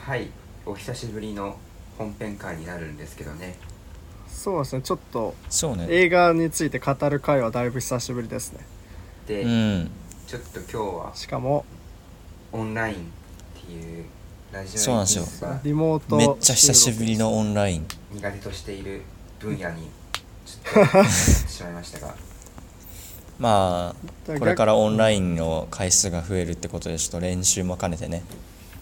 はいお久しぶりの本編会になるんですけどねそうですねちょっとそうね映画について語る回はだいぶ久しぶりですねで、うんちょっと今日はしかもオンラインっていうラジオそうなんですよがリモートめっちゃ久しぶりのオンライン苦手としている分野にちょっとなってしまいました がまじゃああこれからオンラインの回数が増えるってことでちょっと練習も兼ねてね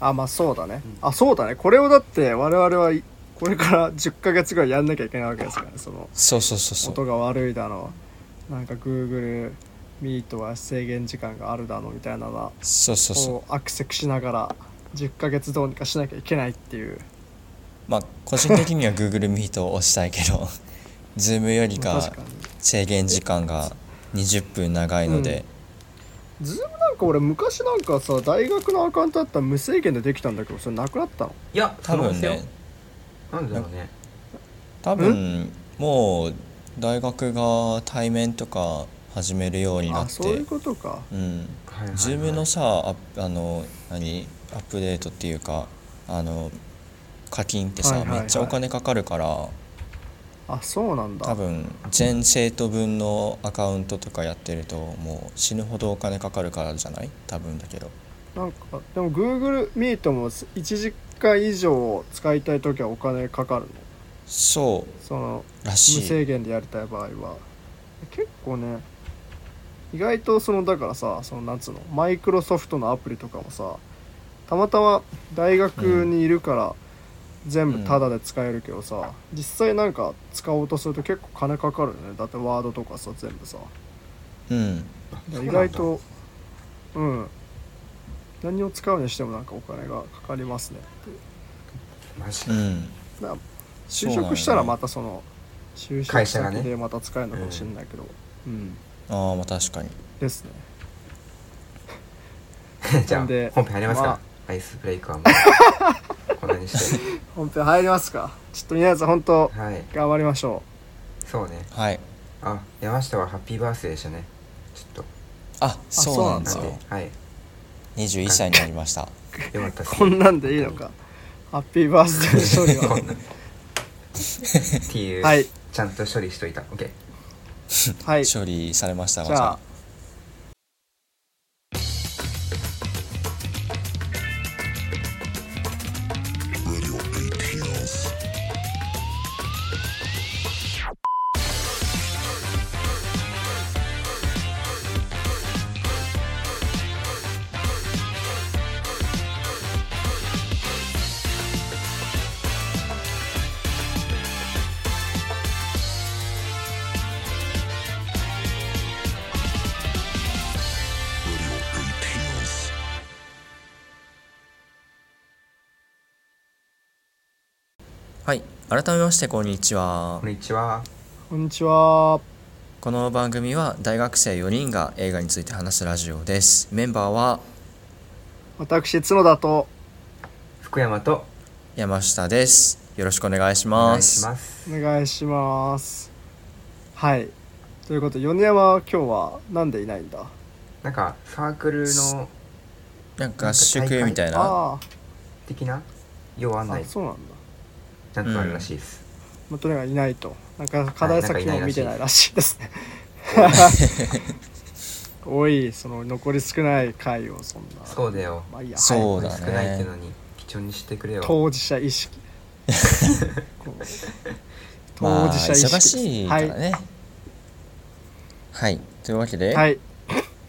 あまあそうだね、うんあそうだねこれをだって我々はいこれから10ヶ月ぐらいやんなきゃいけないわけですからねそのそうそうそうそ音うが悪いだのなんか Google ミートは制限時間があるだのみたいなのそうそうそうをアクセスしながら10ヶ月どうにかしなきゃいけないっていうまあ個人的には Google Meet を押したいけど Zoom より確かかに制限時間が20分長いので、ズームなんか俺昔なんかさ大学のアカウントだったら無制限でできたんだけどそれなくなったのいや多分ねなんでだろうね多分もう大学が対面とか始めるようになあっそういてうことかうんはいはいはい Zoom のさアップあの何アップデートっていうかあの課金ってはさ、いはいはいめっちゃお金かかるからあそうなんだ多分全生徒分のアカウントとかやってるともう死ぬほどお金かかるからじゃない多分だけどなんかでも Google ミートも1時間以上使いたい時はお金かかるのそそのうら無しい制限でやりたい場合は結構ね意外とそのだからさそのなんつうのマイクロソフトのアプリとかもさたまたま大学にいるから全部タダで使えるけどさ、実際なんか使おうとすると結構金かかるよねだってワードとかさ全部さうん意外とうん何を使うにしてもなんかお金がかかりますねマジうかんだからそ就うなのよ職したらまたその就職会社がね先でまた使えるのかもしれないけど、うん、ああまあ確かにですね じゃほあんで本編入りますか、まアイスブレイクはもう こんなにして本編入りますかちょっと皆さん本当はい頑張りましょそうねはいあ山下はハッピーバースデーでしたねちょっあそうなんでとすなんでよはい21歳になりましたよかったっうすこんなんでいいのかハッ ピーバースデーこの処ん理なはっていう、はいちゃんと処理しといた OK はいじ処理されましたがゃあはい改めましてこんにちはこんにちはこんにちはこの番組は大学生4人が映画について話すラジオですメンバーは私角田と福山と山下ですよろしくお願いしお願まいすしますお願いしますはいということで米山は今日はなんでいないんだなんかサークルのなんか合宿みたいなあ的な要案ーあ内そうなんだちゃんとあるらしいです、まあ、とにかくいないとなんか課題作品を見てないらしいですね 多いその残り少ない回をそんなそうだよまあいいやそうだね少ないっていうのに貴重にしてくれよ当事者意識こうまあ当事者意識忙しいからねはいというわけでははいい、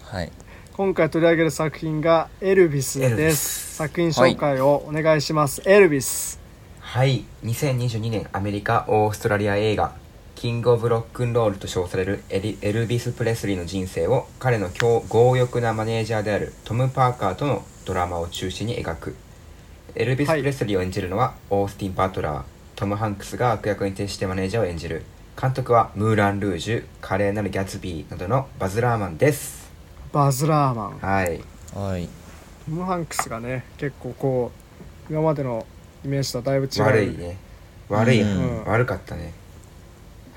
はい今回取り上げる作品が「エルビス」エルでビすス作品紹介をお願いします、エルビスはい2022年アメリカオーストラリア映画「キング・オブ・ロックンロール」と称されるエリエルビス・プレスリーの人生を彼の強強欲なマネージャーであるトム・パーカーとのドラマを中心に描くエルビス・はいプレスリーを演じるのはオースティン・バトラートム・ハンクスが悪役に徹してマネージャーを演じる監督は「ムーラン・ルージュ」「華麗なるギャツビー」などのバズ・ラーマンですバズ・ラーマンはいはいトム・ハンクスがね結構こう今までのイメージとはだいぶ違う悪いね悪い、うん悪かったね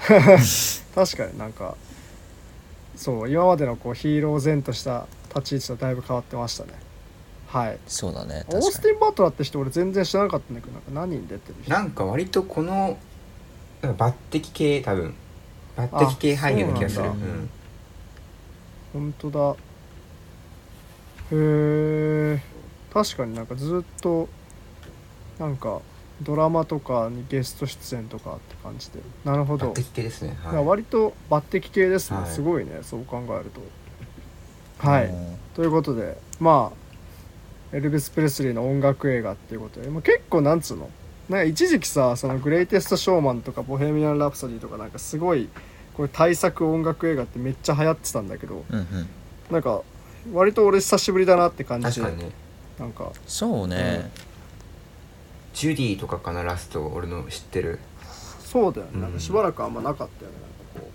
確かになんかそう今までのこうヒーロー前とした立ち位置とだいぶ変わってましたねはいそうだねオース確かテにィン・バトラーって人俺全然知らなかったんだけどなんか何に出てる人なんか割とこのなんか抜擢系多分抜擢系俳優の気がするあうそうなんんだ本当だへえ確かになんかずっとなんかドラマとかにゲスト出演とかって感じでなるほ抜ど、擢系ですねだからはい割と抜擢系ですね、はいすごいねそう考えるとはい、うんということでまあエルビス・プレスリーの音楽映画っていうことでもう結構なんつうのなんか一時期さ「そのグレイテスト・ショーマン」とか「ボヘミアン・ラプソディ」とかなんかすごいこれ大作音楽映画ってめっちゃ流行ってたんだけどうんうんなんか割と俺久しぶりだなって感じ確でかにねなんかそうね、ジュディとかかなラスト俺の知ってるそうだようねんなんかしばらくあんまなかったよねなんかこ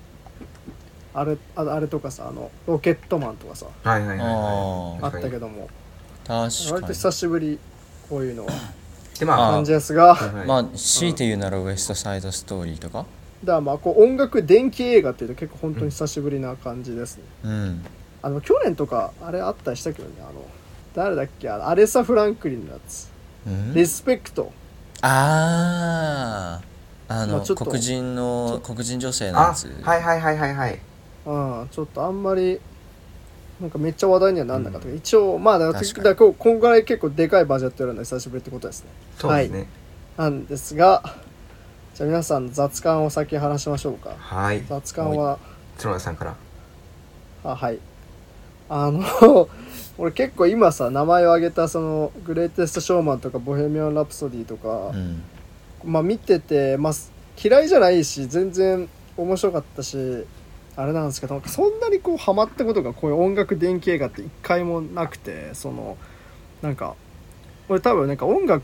うあれああれとかさあのロケットマンとかさはいはいはいはあいあ確っかたにけども確割とかに久しぶりこういうのはでまあ感じですがはいはいまあ強いて言うならウエストサイドストーリーとかだからまあこう音楽電気映画っていうと結構本当に久しぶりな感じですね、うんあの去年とかあれあったりしたけどねあの誰だっけあのアレサ・フランクリンのやつうんリスペクトあああの、まあちょっと黒人の黒人女性のやあつはいはいはいはいはいうんちょっとあんまりなんかめっちゃ話題にはなんなかったけど、一応まあだから確かにだからこうこんぐらい結構でかいバージョンやってるんで久しぶりってことですねそうですねなんですがじゃあ皆さんの雑感を先話しましょうかはい雑感は角田さんからあはいあの 俺結構今さ名前を挙げたその「グレイテスト・ショーマン」とか「ボヘミアン・ラプソディ」とかう、んまあ見てて、まあ、嫌いじゃないし全然面白かったしあれなんですけどなんかそんなにこうハマったことがこういう音楽電気映画って一回もなくてそのなんか俺多分なんか音楽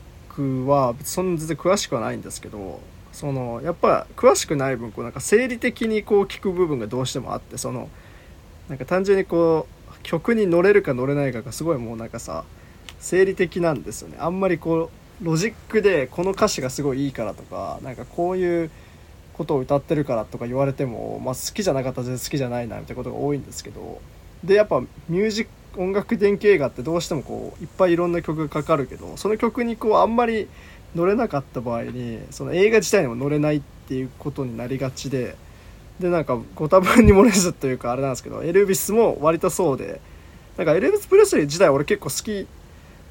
はそんな全然詳しくはないんですけどそのやっぱ詳しくない分こうなんか生理的にこう聞く部分がどうしてもあってそのなんか単純にこう曲に乗れるか乗れないかがすごいもうなんかさ生理的なんですよねあんまりこうロジックでこの歌詞がすごいいいからとかなんかこういうことを歌ってるからとか言われても、まあ、好きじゃなかったら全然好きじゃないなみたいなことが多いんですけどでやっぱミュージック音楽電気映画ってどうしてもこういっぱいいろんな曲がかかるけどその曲にこうあんまり乗れなかった場合にその映画自体にも乗れないっていうことになりがちででなんかご多分に漏れずというかあれなんですけどエルビスも割とそうでなんかエルビス・プレスリー自体俺結構好き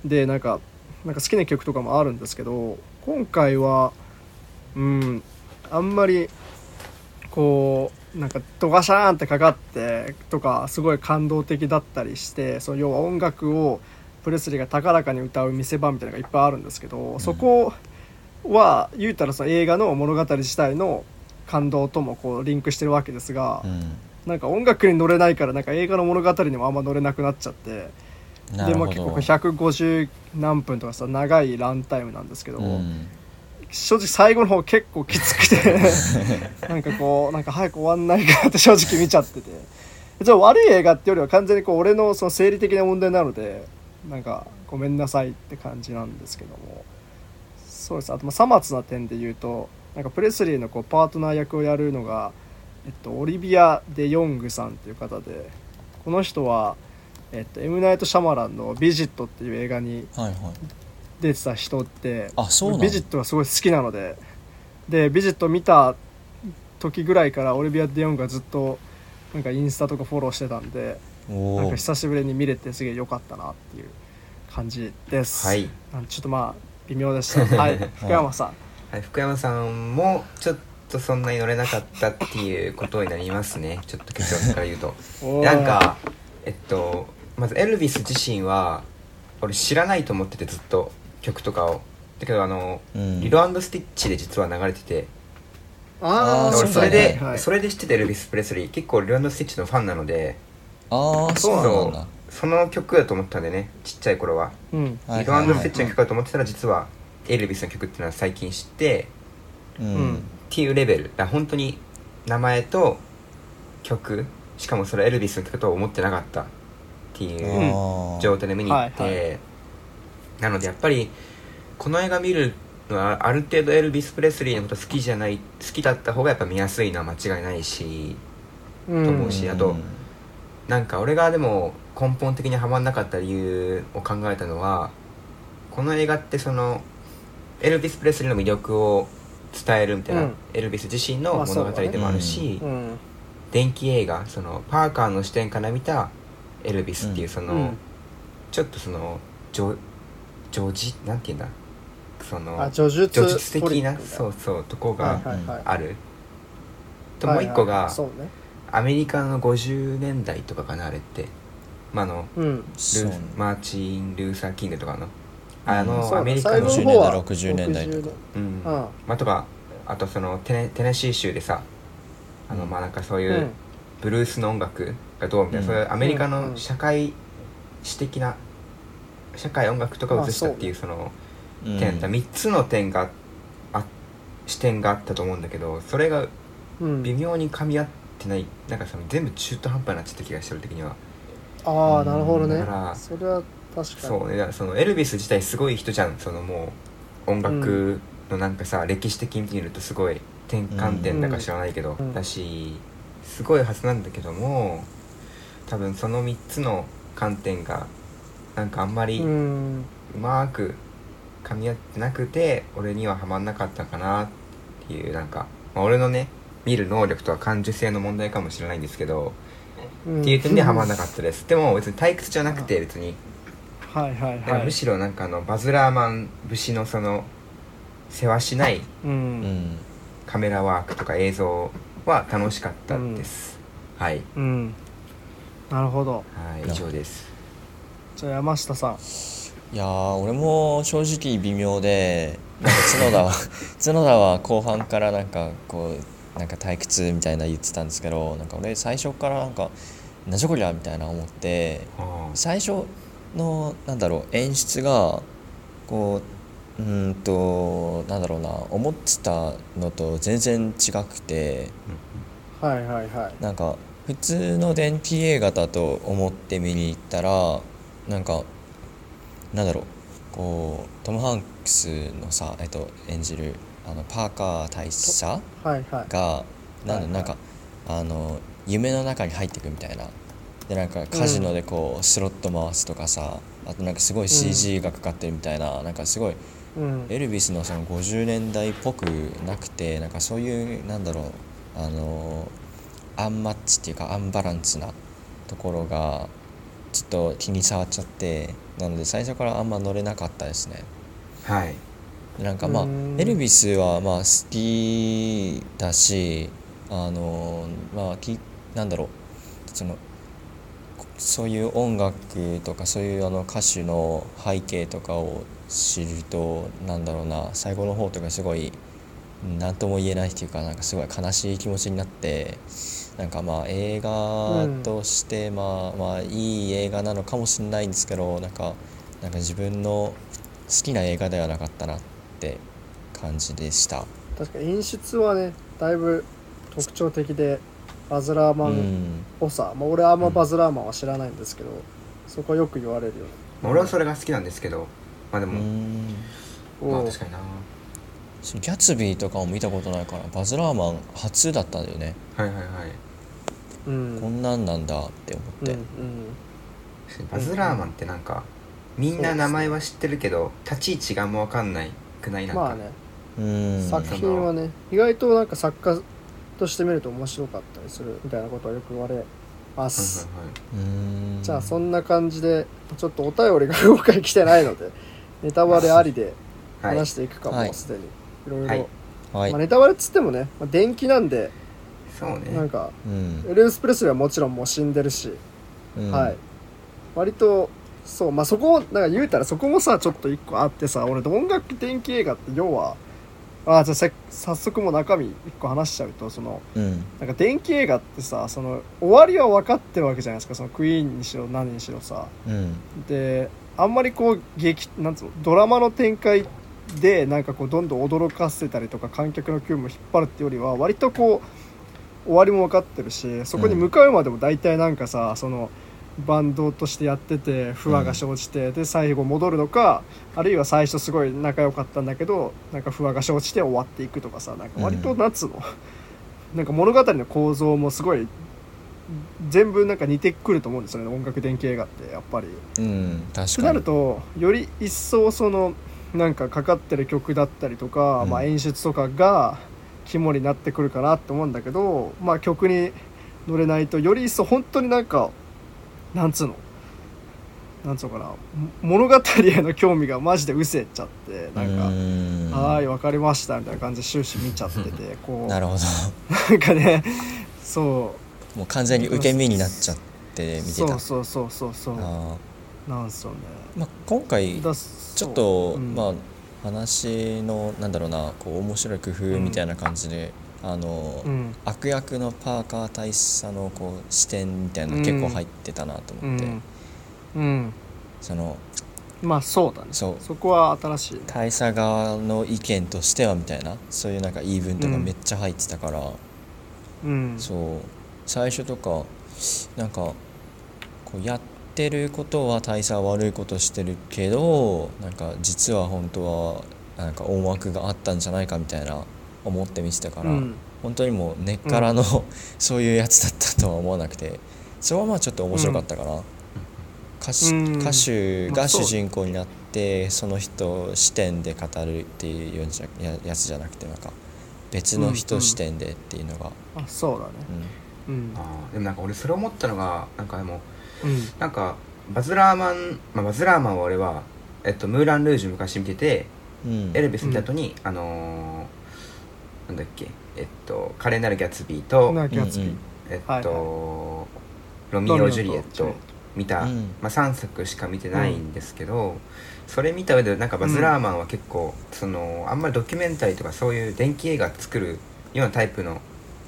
でなんかなんか好きな曲とかもあるんですけど今回はうんあんまりこうなんかドガシャーンってかかってとかすごい感動的だったりしてその要は音楽をプレスリーが高らかに歌う見せ場みたいなのがいっぱいあるんですけどそこは言うたらその映画の物語自体の感動ともこうリンクしてるわけですがうんなんか音楽に乗れないからなんか映画の物語にもあんま乗れなくなっちゃって。なでるまあほ結構どこれ150何分とかさ長いランタイムなんですけど、うん正直最後の方結構きつくてなんかこうなんか早く終わんないかなって正 直見ちゃっててじゃあ悪い映画ってよりは完全にこう俺のその生理的な問題なのでなんかごめんなさいって感じなんですけどもそうですあとまあさまつな点で言うとなんかプレスリーのこうパートナー役をやるのが、えっと、オリビア・デ・ヨングさんっていう方でこの人は、えっと、エム・ナイト・シャマランの「ビジット」っていう映画にはいはい出てた人ってあそうなんビジットがすごい好きなのででビジット見た時ぐらいからオリビア・デ・ヨングがずっとなんかインスタとかフォローしてたんでおなんおか久しぶりに見れてすげえ良かったなっていう感じですはいなんちょっとまあ微妙で したはい福山さんはい、福山さんもちょっとそんなに乗れなかったっていうことになりますねちょっと結論から言うとおーなんかえっとまずエルヴィス自身は俺知らないと思っててずっと曲とかをだけどあの、うんリロスティッチで実は流れててあああー俺それだで、ねそれで知っててエルヴィス・プレスリー結構リロスティッチのファンなのでああそうなんそうだその曲だと思ったんでねちっちゃい頃はうんはリいロスティッチの曲だと思ってたら実はエルヴィスの曲っていうのは最近知ってううんんっていうレベルだから本当に名前と曲しかもそれエルヴィスの曲とは思ってなかったっていうあ状ー態で見に行って、はいはなのでやっぱりこの映画見るのはある程度エルヴィス・プレスリーのこと好きじゃない好きだった方がやっぱ見やすいのは間違いないしうんと思うしあとうんなんか俺がでも根本的にはまんなかった理由を考えたのはこの映画ってそのエルヴィス・プレスリーの魅力を伝えるみたいな、うんエルヴィス自身のまあそう物だね語でもあるし、うん電気映画そのパーカーの視点から見たエルヴィスっていううんその、うんちょっとその女女児なんて言うんだそのあ叙述叙述的なうそうそうとこはいがはいはいある、ともう一個が、はいはいそうねアメリカの50年代とかかなあれって、まあ、あのうんルそうーマーチン・ルーサー・キングとかのあうんの、そうだアメリカ最後のの方50年は代60年代とかうんうんまあ、とかあとそのテネテネシー州でさあのまあなんかそういううんブルースの音楽がどうみたいな、うんそういうアメリカうんうのん社会史的な社会音楽とかを映したっていうそのうん点だ、3つの点があ視点があったと思うんだけどそれがうん微妙に噛み合ってないなんかその全部中途半端になっちゃった気がしてる時にはああなるほどねだからそれは確かにそうねだからそのエルヴィス自体すごい人じゃんそのもう音楽のなんかさ、歴史的に見るとすごい転換点だか知らないけど、うんだしすごいはずなんだけども多分その3つの観点がなんかあんまりううんまく噛み合ってなくて、俺にはハマんなかったかなっていうなんか、まあ、俺のね見る能力とは感受性の問題かもしれないんですけど、うんっていう点ではまんなかったですでも別に退屈じゃなくて別にはいはいだからはいむしろなんかあのバズラーマン節のその世話しないうんうんカメラワークとか映像は楽しかったです、はいうんなるほどはい以上ですじゃあ山下さんいやー俺も正直微妙でなんか 角田は角田は後半からなんかこうなんか退屈みたいな言ってたんですけどなんか俺最初からなんかなんじゃこりゃみたいな思ってあ最初のなんだろう演出がこううーんとなんだろうな思ってたのと全然違くてはいはいはいなんか普通の電気映画だと思って見に行ったらなんかなんだろうこうトム・ハンクスのさ、えっと、演じるあのパーカー大佐はいはいがなんはだいなんかあの夢の中に入ってくみたいなでなんかカジノでこう、スロット回すとかさあとなんかすごい CG がかかってるみたいな、なんかすごいうんエルヴィスのその50年代っぽくなくてなんかそういうなんだろうあのアンマッチっていうかアンバランスなところがちょっと気に障っちゃってなので最初からあんま乗れなかったですねはいなんかまあうーんエルヴィスはまあ好きだしあのまあきなんだろうそのこそういう音楽とかそういうあの歌手の背景とかを知るとなんだろうな最後の方とかすごい何とも言えないっていうかなんかすごい悲しい気持ちになってなんかまあ映画としてまあまあいい映画なのかもしれないんですけどなんかなんか自分の好きな映画ではなかったなって感じでした。確かに演出はねだいぶ特徴的でバズラーうマンっん、ぽさ、まあ、俺はあんまバズラーマンは知らないんですけど、そこはよく言われるよねまあ俺はそれが好きなんですけどまあでうも、んまあおう確かになそうギャツビーとかも見たことないからバズラーマン初だったんだよね、はいはいはいうんこんなんなんだって思って、うん バズラーマンってなんかみんな名前は知ってるけど立ち位置があんま分かんないくないうんなんか、まあねうん作品はね意外となんか作家として見ると面白かったりするみたいなことはよく言われまはいす、はいはいうんじゃあそんな感じでちょっとお便りが今回来てないのでネタバレありではい話していくか、はいもうすでにいろいろ、はいはい、まあ、ネタバレっつってもね、まあ、電気なんでそうねなんかうんエルヴィス・プレスリーはもちろんもう死んでるし、うんはい割とそうまあそこなんか言うたらそこもさちょっと一個あってさ俺音楽電気映画って要はあーじゃあせ早速もう中身一個話しちゃうとそのうんなんか電気映画ってさその終わりは分かってるわけじゃないですかそのクイーンにしろ何にしろさうんであんまりこう劇なんつうのドラマの展開でなんかこうどんどん驚かせたりとか観客の興味を引っ張るっていうよりは割とこう終わりも分かってるしそこに向かうまでも大体なんかさ、そのバンドとしてやってて不和が生じて、で最後戻るのかあるいは最初すごい仲良かったんだけどなんか不和が生じて終わっていくとかさなんか割とうん夏の、なんか物語の構造もすごい全部なんか似てくると思うんですよね音楽電気映画ってやっぱり。うん確かにってなるとより一層そのなんかかかってる曲だったりとか、うんまあ、演出とかが肝になってくるかなって思うんだけど、まあ、曲に乗れないとより一層本当になんかなんつうのなんつうのかな物語への興味がマジでうせちゃってなんか。んはーいわかりましたみたいな感じで終始見ちゃっててこうなるほど なんかねそもう完全に受け身になっちゃってう見てそたうそうそうそうそうあなんすよねー、まあ、今回だちそょっうと、うんまあ話のなんだろうなこう面白い工夫みたいな感じで、あの、うん悪役のパーカー大佐のこう視点みたいなの結構入ってたなとう思って、ん、うん、そのまあそうだねそそうこは新しいね大佐側の意見としてはみたいなそういうなんか言い分とかうんめっちゃ入ってたから、うんそう最初とかなんかこうやってることは大差は悪いことしてるけどなんか実は本当はなんか音楽があったんじゃないかみたいな思って見てたから、うん本当にもう根っからの、 そういうやつだったとは思わなくてそれはまあちょっと面白かったかな、歌手うん歌手まあがそう主人公になってその人視点で語るっていうようじゃややつじゃなくてなんか別のうんう人ん視点でっていうのが。あそうだねうんうんあーでもなんか俺それ思ったのがなんかでもうんなんかバズラーマン、まあ、バズラーマンは俺は、えっと、ムーラン・ルージュ昔見てて、うんエルビス見た後に、あのー、なんだっけえっと「華麗なるギャツビー」となギャツビー「えっと、はいはいロミオ・ジュリエッロミオトとジュリエット」見た、うんまあ、3作しか見てないんですけど、それ見た上でなんかバズラーマンは結構、そのあんまりドキュメンタリーとかそういう電気映画作るようなタイプの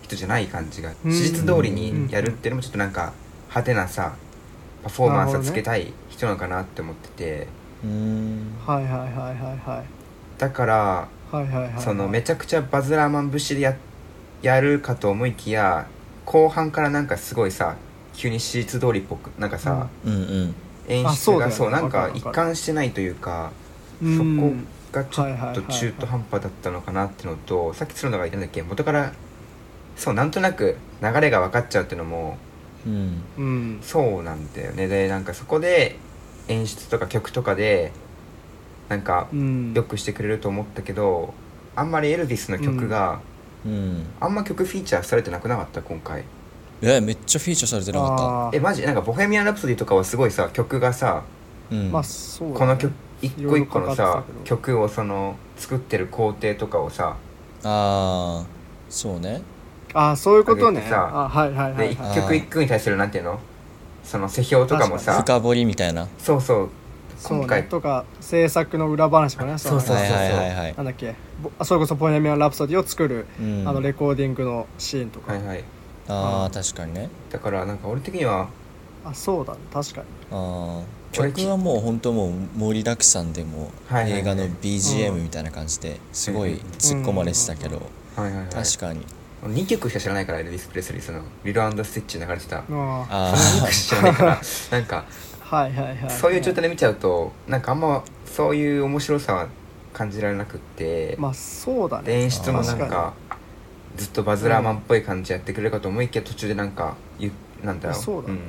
人じゃない感じがうん史実通りにやるっていうのもちょっとなんか派手なさパフォーマンスをつけたい人なのかなって思ってて、うーんはいはいはいはいはいだからはいはいはいはいそのめちゃくちゃバズラーマン節でややるかと思いきや後半からなんかすごいさ急に史実通りっぽくなんかさ、うんうん演あそ出うだよがねそうなんわかかるわか一る貫してないというかうんそこがちょはいはいはっいとはい中途半端だったのかなってのとさっき鶴野が言ったんだっけ元からそうなんとなく流れが分かっちゃうっていうのもうんうんそうなんだよねでなんかそこで演出とか曲とかでなんかうんよくしてくれると思ったけどあんまりエルヴィスの曲が、うんあんま曲フィーチャーされてなくなかった今回えめっちゃフィーチャーされてなかっあーえマジなんか「ボヘミアン・ラプソディ」とかはすごいさ曲がさたうんまあそうだねこの曲一個一個のいろいろかかさってたけど曲をその作ってる工程とかをさあーそうねあそういうことね上げてさあはいはいはでい一はい曲一曲に対するなんていうのその世評とかもさ深掘りみたいなそうそうそう今ね回とか制作の裏話とかねそうそうそうそはういはいはいはいなんだっけぼあそれこそ「ボヘミアン・ラプソディ」を作るうんあのレコーディングのシーンとかはいはいあー確かにねだからなんか俺的にはあそうだね確かにあー俺曲はもう本当もう盛りだくさんでもうはいはいはい映画の BGM うんみたいな感じですごい突っ込まれてたけどはいはいはい確かに2曲しか知らないからエルヴィス・プレスリーその「リロスティッチ」流れて たあああ2曲しか知らないからなんかはいはいはいそういう状態で見ちゃうとなんかあんまそういう面白さは感じられなくって、まあそうだでね演出もなんか確かずっとバズラーマンっぽい感じやってくれるかと思いきや途中でなんかゆなんだろうそうだねん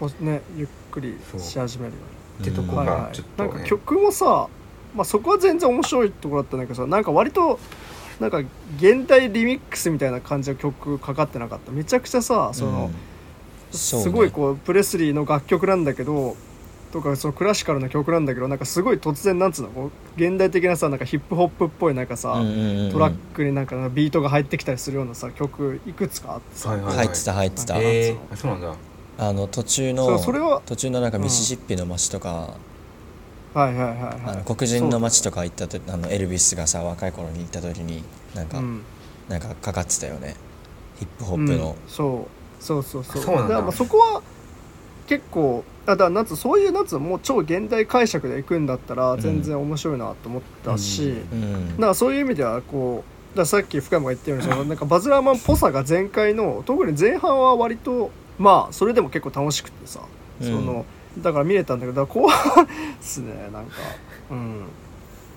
こうねゆっくりそうし始めるよってとねこはがいはちょっいとなねんか曲もさまあそこは全然面白いところだったんだけどさなんか割となんか現代リミックスみたいな感じの曲かかってなかっためちゃくちゃさその、そうねすごいこうプレスリーの楽曲なんだけどとかそのクラシカルな曲なんだけどなんかすごい突然なんつうのこう現代的なさなんかヒップホップっぽいなんかさ、トトラックになんかビートが入ってきたりするようなさ曲いくつかあってさ、はいはい入ってた入ってたえー、あそうなんだあの途中そうのそれは途中のなんかミシシッピの街とかはいはいはいあはのい黒人の街とか行ったとあのエルビスがさ若い頃に行った時になんそか、ううんなんかかかってたよねヒップホップうのん、そうそうそうそうあそうなんだからまあそこは結構あだからなんつうのそういうなんつうのもう超現代解釈でいくんだったら全然面白いなと思ったし、うん、なんかそういう意味ではこうだからさっき深山が 言ったようにそのなんかバズラーマンっぽさが全開の特に前半は割とまあそれでも結構楽しくてさ、うんそのだから見れたんだけどだから後半ですねなんかうん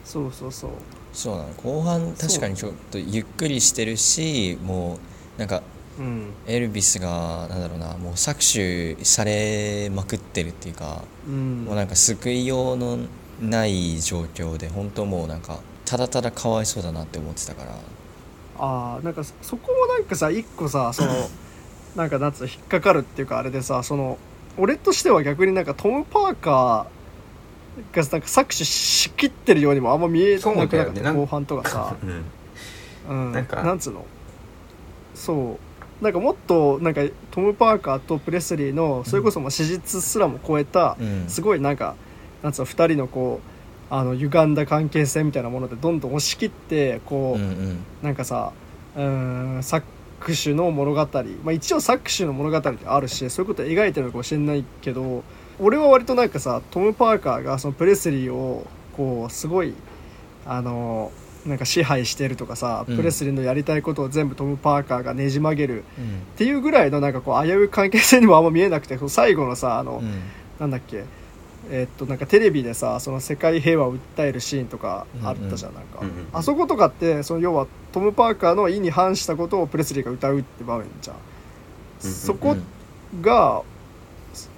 そうそうそうそうなの後半確かにちょっとゆっくりしてるしもうなんかうんエルビスがなんだろうなもう搾取されまくってるっていうか、うんもうなんか救いようのない状況で本当もうなんかただただかわいそうだなって思ってたからああなんかそそこもなんかさ一個 さそのなんかなんつうの引っかかるっていうかあれでさその俺としては逆になんかトム・パーカーがなんか搾取しきってるようにもあんま見えなくなそうだかよっねた、なん、後半とかさ うんうん、ななんんかつうのそうなんかもっとなんかトム・パーカーとプレスリーのそれこそもう史実すらも超えた、うんすごいなんかなんつうの2人のこうあの歪んだ関係性みたいなものでどんどん押し切ってこう、うんうんなんかさうーん作手の物語、まあ、一応作手の物語ってあるしそういうこと描いてるのかもしれないけど俺は割となんかさトム・パーカーがそのプレスリーをこうすごいあのなんか支配してるとかさ、うんプレスリーのやりたいことを全部トム・パーカーがねじ曲げるっうんていうぐらいのなんかこう危うい関係性にもあんま見えなくてその最後のさあの、うんなんだっけえっとなんかテレビでさその世界平和を訴えるシーンとかあったじゃん,、なんか、うんうんあそことかってその要はトム・パーカーの意に反したことをプレスリーが歌うって場面じゃん、うんそこが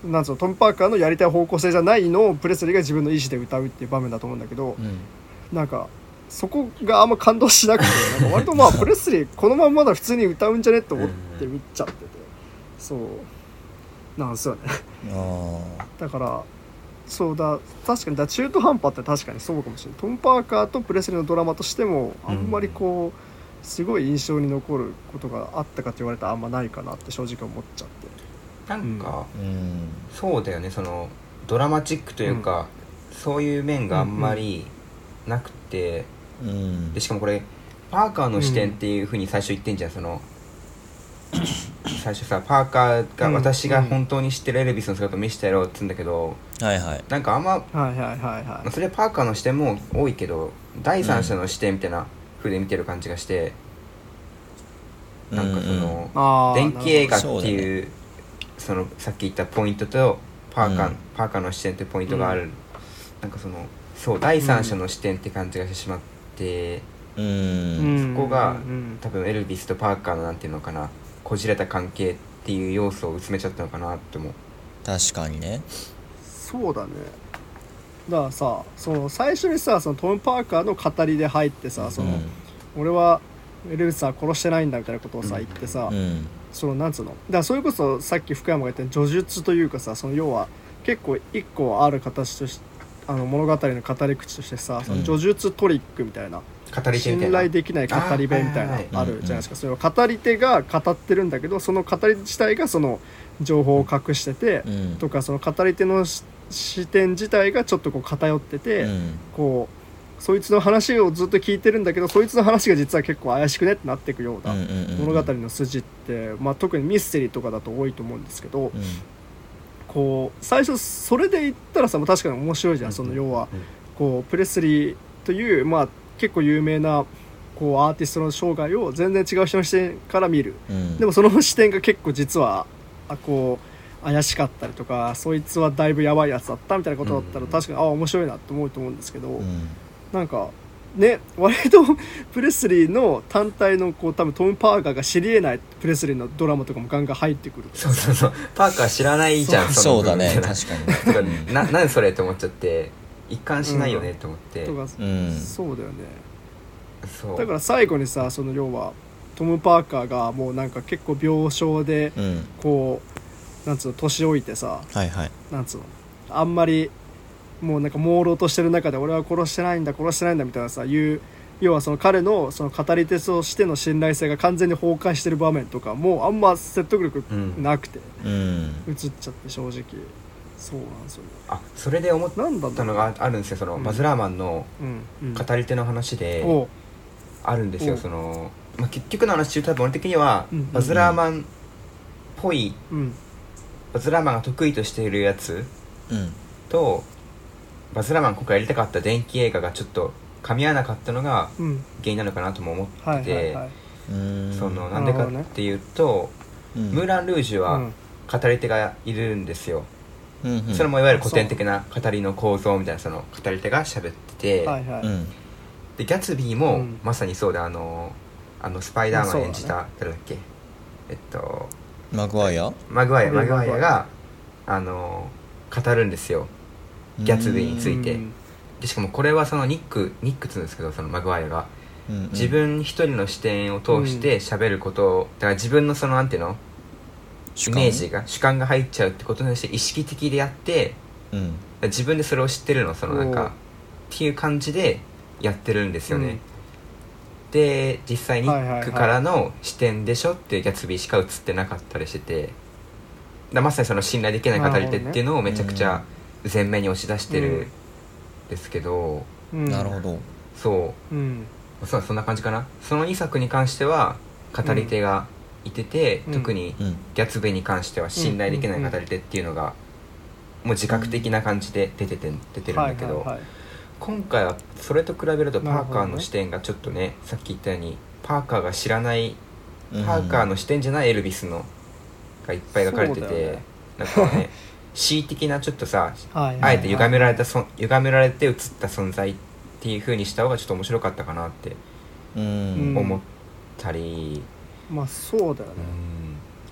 なんつうのトム・パーカーのやりたい方向性じゃないのをプレスリーが自分の意思で歌うっていう場面だと思うんだけど、うんうんなんかそこがあんま感動しなくてなんか割とまあプレスリーこのまんまだ普通に歌うんじゃねって思って見ちゃっててそうなんですよねあだからそうだ確かにだ中途半端って確かにそうかもしれないトム・パーカーとプレスリーのドラマとしてもあんまりこう、すごい印象に残ることがあったかと言われたらあんまないかなって正直思っちゃってなんか、ーうんそうだよねそのドラマチックというか、そういう面があんまりなくて、うんでしかもこれパーカーの視点っていうふうに最初言ってんじゃんそ の最初さパーカーがうん私が本当に知ってるエルビスの姿を見せてやろうって言うんだけどはいはいなんかあんまはいはいはいはまあそれはパーカーの視点も多いけど第三者の視点みたいな風で見てる感じがして、なんかその、あー電気映画ってそうだいうそのさっき言ったポイントとパーカー、うんパーカーの視点ってポイントがある、なんかそのそう第三者の視点って感じがしてしまって、うんなるほどううんんそこがうんうん多分エルビスとパーカーのなんていうのかなこじれた関係っていう要素を薄めちゃったのかなって思う確かにねそうだねだからさその最初にさそのトム・パーカーの語りで入ってさその、俺はエルビスは殺してないんだみたいなことをさ言ってさ、うんうんそのなんつうのだからそれこそさっき福山が言った叙述というかさその要は結構一個ある形としてあの物語の語り口としてさその叙述トリックみたいな、語り手みたいな信頼できない語り部みたあいなはいあるじゃないですかそれは語り手が語ってるんだけどその語り自体がその情報を隠しててうんとかその語り手のし視点自体がちょっとこう偏ってて、うんこうそいつの話をずっと聞いてるんだけどそいつの話が実は結構怪しくねってなっていくようなうんうんうん物語の筋って、まあ、特にミステリーとかだと多いと思うんですけど、うんこう最初それで言ったらさもう確かに面白いじゃん、その要はこうプレスリーという、まあ、結構有名なこうアーティストの生涯を全然違う人の視点から見るうんでもその視点が結構実はあこう怪しかったりとかそいつはだいぶやばいやつだったみたいなことだったうんら確かに、あ面白いなって思うと思うんですけど。うんなんかね割と プレスリーの単体のこう多分トム・パーカーが知り得ないプレスリーのドラマとかもガンガン入ってくるそうそうそうパーカー知らないじゃんそうだねその部分確かてかな なんそれって思っちゃって一貫しないよねって思って、とか、にうんそうだよねそうだから最後にさその要はトム・パーカーがもうなんか結構病床でうんこうなんつうの年老いてさはいはいなんつうのあんまりもうなんか朦朧としてる中で俺は殺してないんだ殺してないんだみたいなさいう要はその彼のその語り手としての信頼性が完全に崩壊してる場面とかもうあんま説得力うんなくてうん映っちゃって正直そうなんですよねあそれで思っなんだたのろうがあるんですよその、うんバズラーマンのうんうん語り手の話でおうあるんですよ、おその、まあ、結局の話中多分俺的には、うんうんバズラーマンっぽいうんバズラーマンが得意としているやつうんとバズラーマンが今回やりたかった電気映画がちょっと噛み合わなかったのがうん原因なのかなとも思はっいてて、はいはいうんそのなんでかっていうと、うんムーラン・ルージュうはん語り手がいるんですよ、うんうんそれもいわゆる古典的な語りの構造みたいなその語り手が喋ってて、はいはいうんでギャツビーもうんまさにそうであのあのスパイダーマン演じた、誰だっけえっとマグワイアマグワイアママググワワイアイアがあの語るんですよギャツビーについてうんでしかもこれはそのニックニックっつうんですけどそのマグワイアがうんうん自分一人の視点を通して喋ることをだから自分のそのなんていうの主イ観メージが主観が入っちゃうってことに対して意識的でやってうん自分でそれを知ってるのそのなんおうかっていう感じでやってるんですよね、で実際ニはいはいはッいクからの視点でしょっていうギャツビーしか映ってなかったりしててだからまさにその信頼できない語り手っていうのをめちゃくちゃ前面に押し出してるんですけど、うんなるほどそううんそうそんな感じかなその2作に関しては語り手がいてて、うん特にうんギャツベに関しては信頼できない語り手っていうのがもう自覚的な感じで出てて出てるんだけど、はいはいはい今回はそれと比べるとパなるーほカどーねの視点がちょっとねさっき言ったようにパーカーが知らないパうんーカーの視点じゃないエルビスのがいっぱい描かれてて、そうだよねなんかね 恣意的なちょっとさはいはいあえて歪められたそん歪められて映った存在っていう風にした方がちょっと面白かったかなってううんん思ったり、まあそうだよね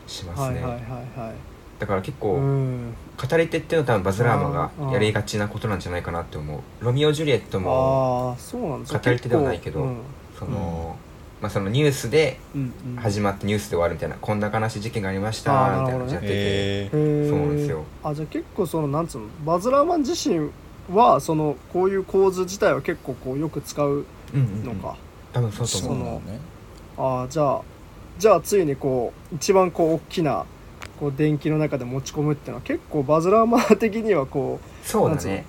しますはいね、はいはいはいだから結う構ん語り手っていうのは多分バズラーマあーがやりがちなことなんじゃないかなって思うロミオ・ジュリエットもああそうなんですね語り手ではないけど結構その、まあそのニュースでうんうんうん始まってニュースで終わるみたいな、こんな悲しい事件がありましたあーみたいな感じなやっるほてて、へえへえそうなんですよあじゃあ結構そのなんつうのバズラーマン自身はそのこういう構図自体は結構こうよく使ううんうんうんのか、多分そうとそう思うなそののねああじゃあじゃあついにこう一番こう大きなこう電気の中で持ち込むっていうのは結構バズラーマン的にはこうそうだなんね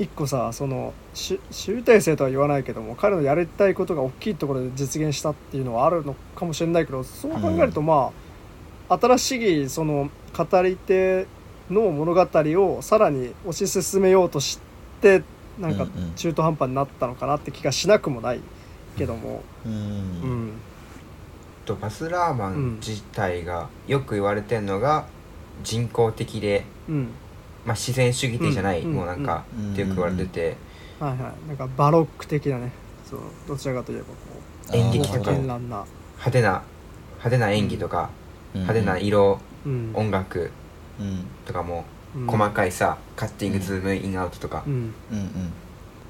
一個さそのし集大成とは言わないけども彼のやりたいことが大きいところで実現したっていうのはあるのかもしれないけどそう考えるとまあ、新しいその語り手の物語をさらに推し進めようとしてなんかうんうん中途半端になったのかなって気がしなくもないけども、ううんん、とバズラーマン自体がよく言われてるのが人工的で、うん、まあ、自然主義的じゃない、うんうんもうなんか、うんってよく言われてて、はいはいなんかバロック的なねそうどちらかといえばこ演う劇豪とか華なるほど絢爛な、派手な派手な演技とか、派手なうん色、うん、音楽うんとかもうん細かいさ、カッティングズームインアウトとか、うんうんうん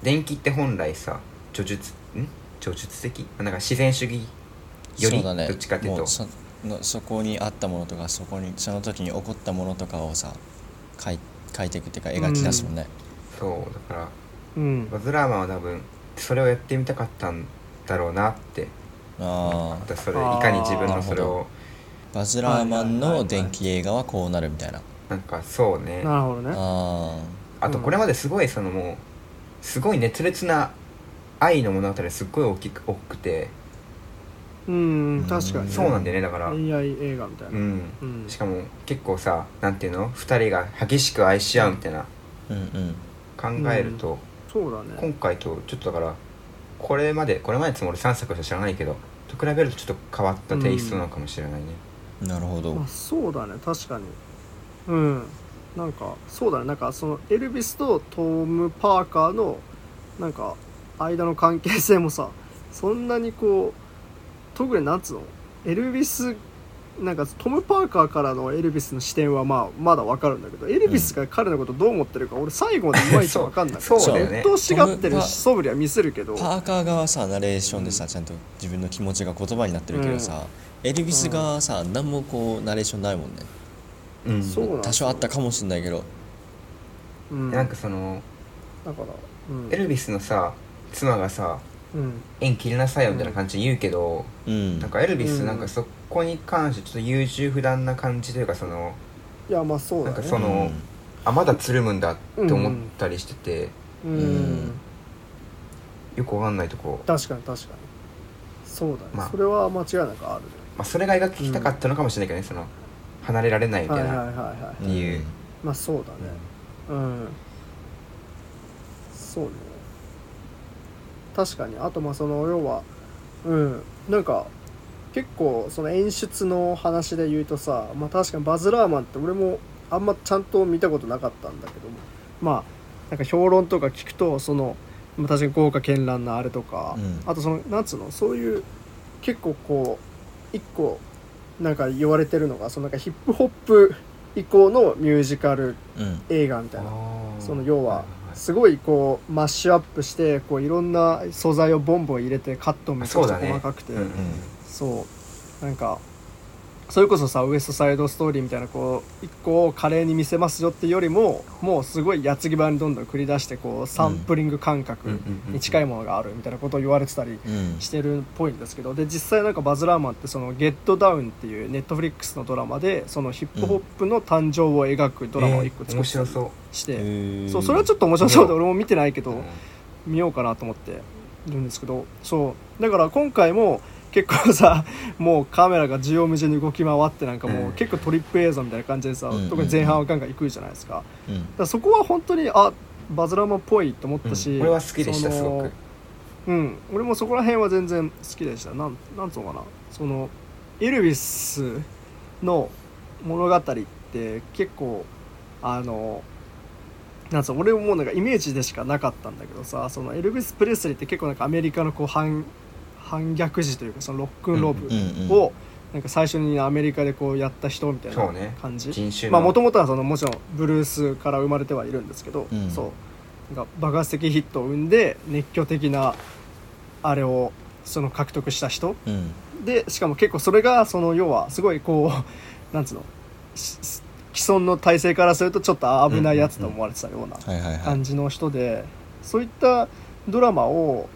電気って本来さ叙述ん叙述的なんか自然主義よりそうだねどっちかっていうともそのそこにあったものとかそこにその時に起こったものとかをさ書い書いていくっていうか描き出すもんね、そうだからうんバズラーマンは多分それをやってみたかったんだろうなってああだそれいかに自分のそれなるをバズラーマンはいはいのはいはい電気映画はこうなるみたいななんかそうねなるほどねああとこれまですごいそのもうすごい熱烈な愛の物語すっごい大きく多くてうん確かに、ね、そうなんだよねだからう AI 映画みたいな、んうんしかも結構さなんていうの2人が激しく愛し合うみたいなあうんうん考えると、そうだね今回とちょっとだからこれまでこれまでつもり3作しか知らないけどと比べるとちょっと変わったテイストなのかもしれないね、なるほど、まあ、そうだね確かにうんなんかそうだねなんかそのエルビスとトム・パーカーのなんか間の関係性もさそんなにこう特になんつうのエルビスなんかトム・パーカーからのエルビスの視点はまあまだわかるんだけどエルビスが彼のことどう思ってるか俺最後までいまいちわかんなくてそう そうだよね鬱陶しがってトムるパし素振りは見せるけどパーカー側はさナレーションでさちゃんと自分の気持ちが言葉になってるけどさ、エルビス側はさ何もこうナレーションないもんねうんそうなんですよ多少あったかもしれないけどうんなんかそのだから、うんエルビスのさ妻がさうん縁切りなさいよみたいな感じで言うけど、うんなんかエルビスうんなんかそこに関してちょっと優柔不断な感じというかそのいやまあそうだなんねかそのあまだつるむんだって思ったりしてて、うん、うんよくわかんないとこ、ま確かに確かにそうだね、まあそれは間違いなくあるねあ、それが描きたかったのかもしれないけどね、その離れられないみはたいいはいな、はいはっていういまあそうだねうんそうね確かにあとまあその要はうんなんか結構その演出の話で言うとさまあ確かにバズ・ラーマンって俺もあんまちゃんと見たことなかったんだけどもまあなんか評論とか聞くとそのまあ確かに豪華絢爛なあれとか、うんあとそのなんつうのそういう結構こう一個なんか言われてるのがそのなんかヒップホップ以降のミュージカルうん映画みたいなあーその要はいいいすごいこうマッシュアップしてこういろんな素材をボンボン入れてカットめちゃそうくちだゃね細かくてうんうんそうなんかそれこそさウエストサイドストーリーみたいなこう一個を華麗に見せますよっていうよりももうすごい矢継ぎ早にどんどん繰り出してこうサンプリング感うんう覚んうんうんに近いものがあるみたいなことを言われてたりうんしてるっぽいんですけどで実際なんかバズ・ラーマンってその「ゲットダウン」っていうネットフリックスのドラマでそのヒップホップの誕生を描くドラマを一個えー面白作ってそうして、へーそうそれはちょっと面白そうでうん俺も見てないけど、見ようかなと思っているんですけどそうだから今回も結構さもうカメラが縦横無尽に動き回ってなんかもうんう結構トリップ映像みたいな感じでさ、うんうんうん特に前半はガンガン行くじゃないですかだかうんらそこは本当にあバズラマっぽいと思っうんたし、俺は好きでしたそすのごくうん俺もそこら辺は全然好きでしたなんなんつうのかなそのエルヴィスの物語って結構あのなんつうの俺ももうなんかイメージでしかなかったんだけどさそのエルヴィス・プレスリーって結構なんかアメリカのこう反反逆時というかそのロックンロうーんうんブをなんか最初にアメリカでこうやった人みたいそうなね感じ、人種まあのもともとはそのもちろんブルースから生まれてはいるんですけど、うんそうなんか爆発的ヒットを生んで熱狂的なあれをその獲得した人うんでしかも結構それがその要はすごいこう なんつうのしし既存の体制からするとちょっと危ないやつと思われてたようなはいはいはい感じの人でそういったドラマを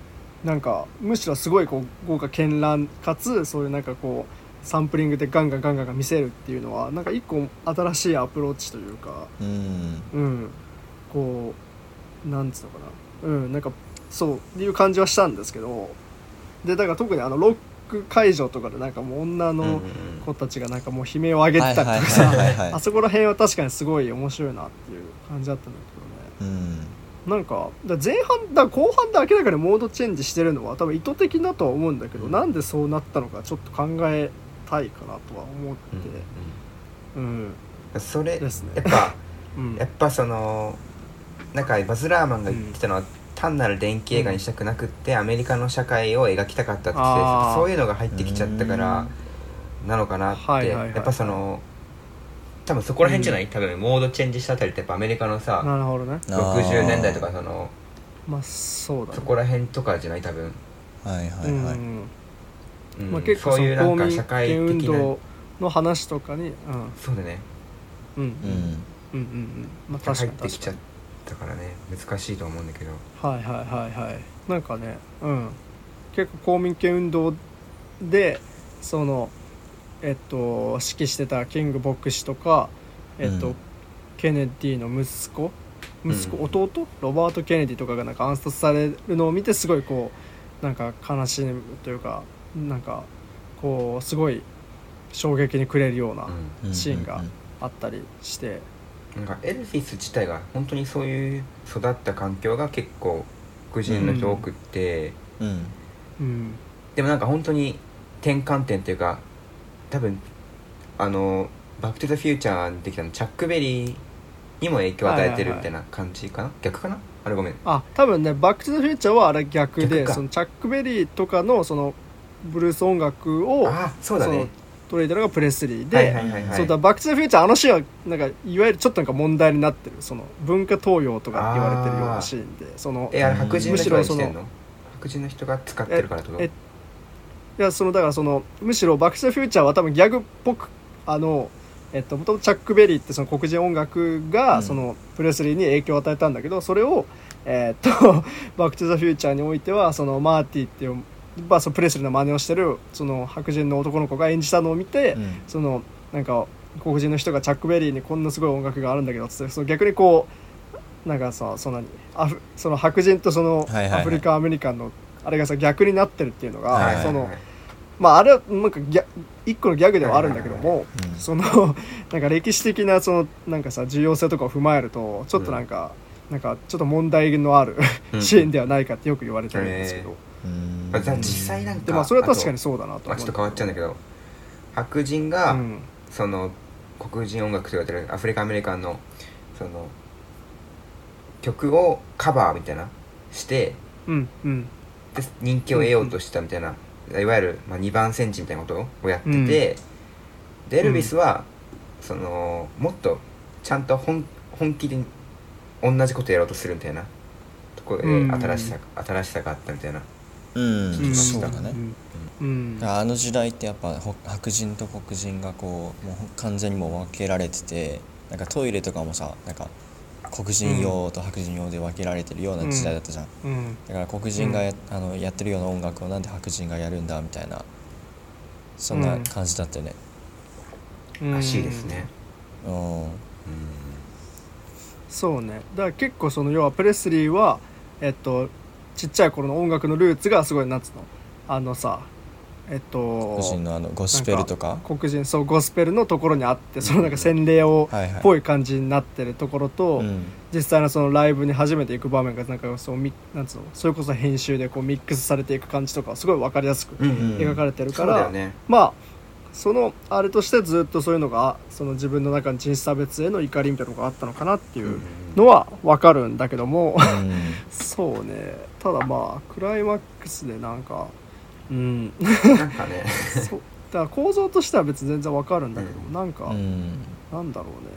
なんかむしろすごいこう豪華絢爛かつそういうなんかこうサンプリングでガンガンガンガンガン見せるっていうのはなんか一個新しいアプローチというかうんうんこうなんつうのかなうんなんかそうっていう感じはしたんですけどでだから特にあのロック会場とかでなんかもう女うんうんうのん子たちがなんかもう悲鳴を上げてたりとかはいはいはいはいさはいあそこら辺は確かにすごい面白いなっていう感じだったんだけどね。うんなんかだ前半だ後半で明らかにモードチェンジしてるのは多分意図的だとは思うんだけど、うんなんでそうなったのかちょっと考えたいかなとは思ってうんうん、うんそれですねやっぱうんやっぱそのなんかバズ・ラーマンが言ってたのは、単なる連携映画にしたくなくって、アメリカの社会を描きたかったって言ってあーそういうのが入ってきちゃったからなのかなって、はいはいはいやっぱその多分そこら辺じゃない、多分モードチェンジしたあたりってやっぱアメリカのさなるほどねあー60年代とかそのまあそうだねそこら辺とかじゃない多分、はいはいはいうんうんまあ、結そ構ういうなん公か民社会権運的な動の話とかにうんそうだねうんうんううんうんんうんまあ確か入っにてき確ちゃっかにたからね難しいと思うんだけどはいはいはいはいなんかねうん結構公民権運動でそのえっと指揮してたキング牧師とかえっと、うんケネディの息子息子、うん弟ロバート・ケネディとかがなんか暗殺されるのを見てすごいこうなんか悲しむというかなんかこうすごい衝撃にくれるようなうんうんシーンがあったりして、なんかエルフィス自体が本当にそういう育った環境が結構黒人の人多くって、うんうん、でもなんか本当に転換点というか多分あの「バック・トゥ・ザ・フューチャー」にできたのチャック・ベリーにも影響を与えてるみたいな感じかな、逆かなあれごめんあ多分ね「バック・トゥ・ザ・フューチャー」はあれ逆で逆かそのチャック・ベリーとかのそのブルース音楽をあそうだね取り入れたのがプレスリーで、はいはいはいはいそうだバック・トゥ・ザ・フューチャーあのシーンはなんかいわゆるちょっとなんか問題になってるその文化盗用とかって言われてるようなシーンでそのえあれ白人の人がむししろそのてんの白人の人が使ってるからってことえいやそのだからそのむしろ「バック・トゥ・ザ・フューチャー」は多分ギャグっぽくあのえっともともとチャック・ベリーってその黒人音楽が、うんそのプレスリーに影響を与えたんだけどそれを、えっと 「バック・トゥ・ザ・フューチャー」においてはそのマーティーっていう、まあ、そのプレスリーの真似をしてるその白人の男の子が演じたのを見て、うんそのなんか黒人の人がチャック・ベリーにこんなすごい音楽があるんだけどっつってその逆にこうなんかさその何アフその白人とそのはいはいはいアフリカ・アメリカンのあれがさ逆になってるっていうのはいはいがはいそのまああれはなんかギャ一個のギャグではあるんだけどはいもうんその なんか歴史的なそのなんかさ重要性とかを踏まえるとちょっとなんかなんかちょっと問題のある シーンではないかってよく言われてるんですけへどうんまあ、実際なんかでまあそれは確かあにとそうだなとまあ、はち思ょうっと変わんだっちゃうんだけど白人が、うんその黒人音楽と言われてるアフリカ・アメリカンのその曲をカバーみたいなしてうんうんで人気を得ようとしたみたいな、いわゆる、まあ、2番センチみたいなことをやってて、でエルヴィスは、そのもっとちゃんと本本気で同じことやろうとするみたいなところでうん新しさ,、新しさがあったみたいなうん、うんそうだうね、んうんだからあの時代ってやっぱほ白人と黒人がこうもう完全にもう分けられててなんかトイレとかもさなんか黒人用と白人用で分けられてるような時代だったじゃん、うんだから黒人がや,、あのやってるような音楽をなんで白人がやるんだみたいなそんな感じだったよね、うんらしいですね、うんそうねだから結構その要はプレスリーはえっとちっちゃい頃の音楽のルーツがすごいなんつうのあのさえっと黒人のあのゴスペルとか黒人そうゴスペルのところにあってそのなんか洗礼をはいはいっぽい感じになってるところと、 うん実際のそのライブに初めて行く場面がなんかそうみなんつうのそれこそ編集でこうミックスされていく感じとかはすごい分かりやすくうんうん描かれてるそかうだら、よねまあそのあれとしてずっとそういうのがその自分の中の人種差別への怒りみたいなのがあったのかなっていうのは分かるんだけども、 うそうねただまあクライマックスでなんかうん なんかねそうだから構造としては別に全然わかるんだけど、うんなんか、んうんなんだろうね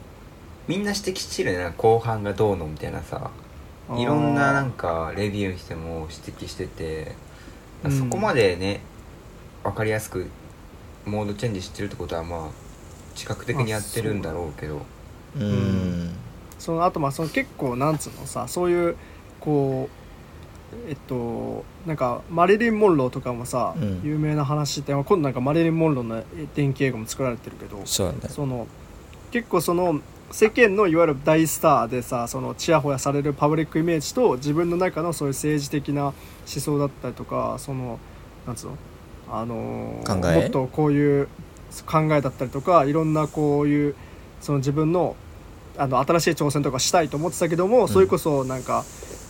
みんな指摘してるよねなんか後半がどうのみたいなさあーいろんななんかレビューしても指摘しててうんそこまでね分かりやすくモードチェンジしてるってことはまあ視覚的にやってるんだろうけどうんんそのあとまあその結構なんつうのさそういうこうえっとなんかマリリン・モンローとかもさ、うん有名な話って今度なんかマリリン・モンローの電気映画も作られてるけどそうだねその結構その世間のいわゆる大スターでさそのちやほやされるパブリックイメージと自分の中のそういう政治的な思想だったりとかそのなんつうの、あのー考えもっとこういう考えだったりとかいろんなこういうその自分のあの新しい挑戦とかしたいと思ってたけども、それこそなんか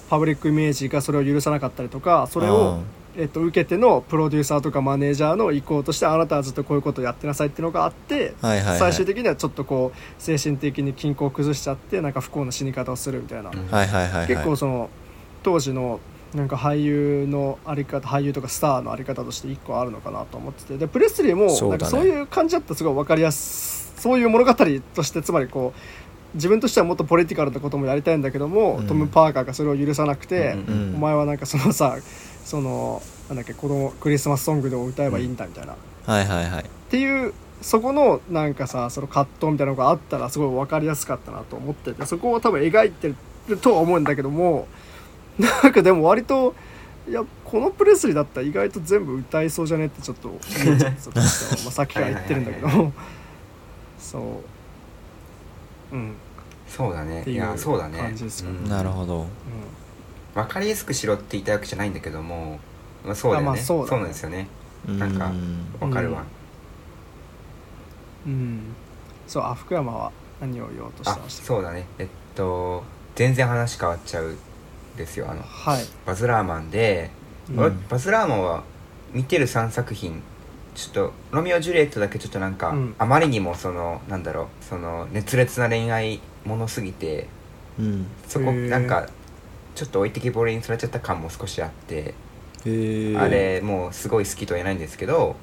パブリックイメージがそれを許さなかったりとかそれを、えっと、受けてのプロデューサーとかマネージャーの意向としてあなたはずっとこういうことをやってなさいっていうのがあって、うんはいはいはい最終的にはちょっとこう精神的に均衡を崩しちゃってなんか不幸な死に方をするみたいな、うんはいはいはいはい結構その当時のなんか俳優のあり方俳優とかスターのあり方として一個あるのかなと思っててでプレスリーもそうだねなんかそういう感じだったらすごい分かりやすそういう物語としてつまりこう自分としてはもっとポリティカルなこともやりたいんだけども、うんトム・パーカーがそれを許さなくて、うんうおん前はなんかそのさそのなんだっけこのクリスマスソングでも歌えばいいんだみたいな、っはいはいはいていうそこのなんかさその葛藤みたいなのがあったらすごい分かりやすかったなと思っててそこを多分描いてるとは思うんだけどもなんかでも割といやこのプレスリーだったら意外と全部歌いそうじゃねってちょっと思っちゃった まあさっきから言ってるんだけどはいはそううんそうだねっていいうやそうだね感じですかねうんなるほど分かりやすくしろって言いたいわけじゃないんだけども、まあ、そうだよね,、あまあそうだねなんですよねなんかうわんかるわ、うん、うん、そうあ福山は何を言おうとしあてましたそうだねえっと全然話変わっちゃうんですよあのはいバズラーマンで、うん俺バズラーマンは見てる3作品ちょっと「ロミオ・ジュリエット」だけちょっとなんか、うんあまりにもそのなんだろうその熱烈な恋愛ものすぎてうんそへこーなんかちょっと置いてきぼりにされちゃった感も少しあって、へえあれもうすごい好きとは言えないんですけど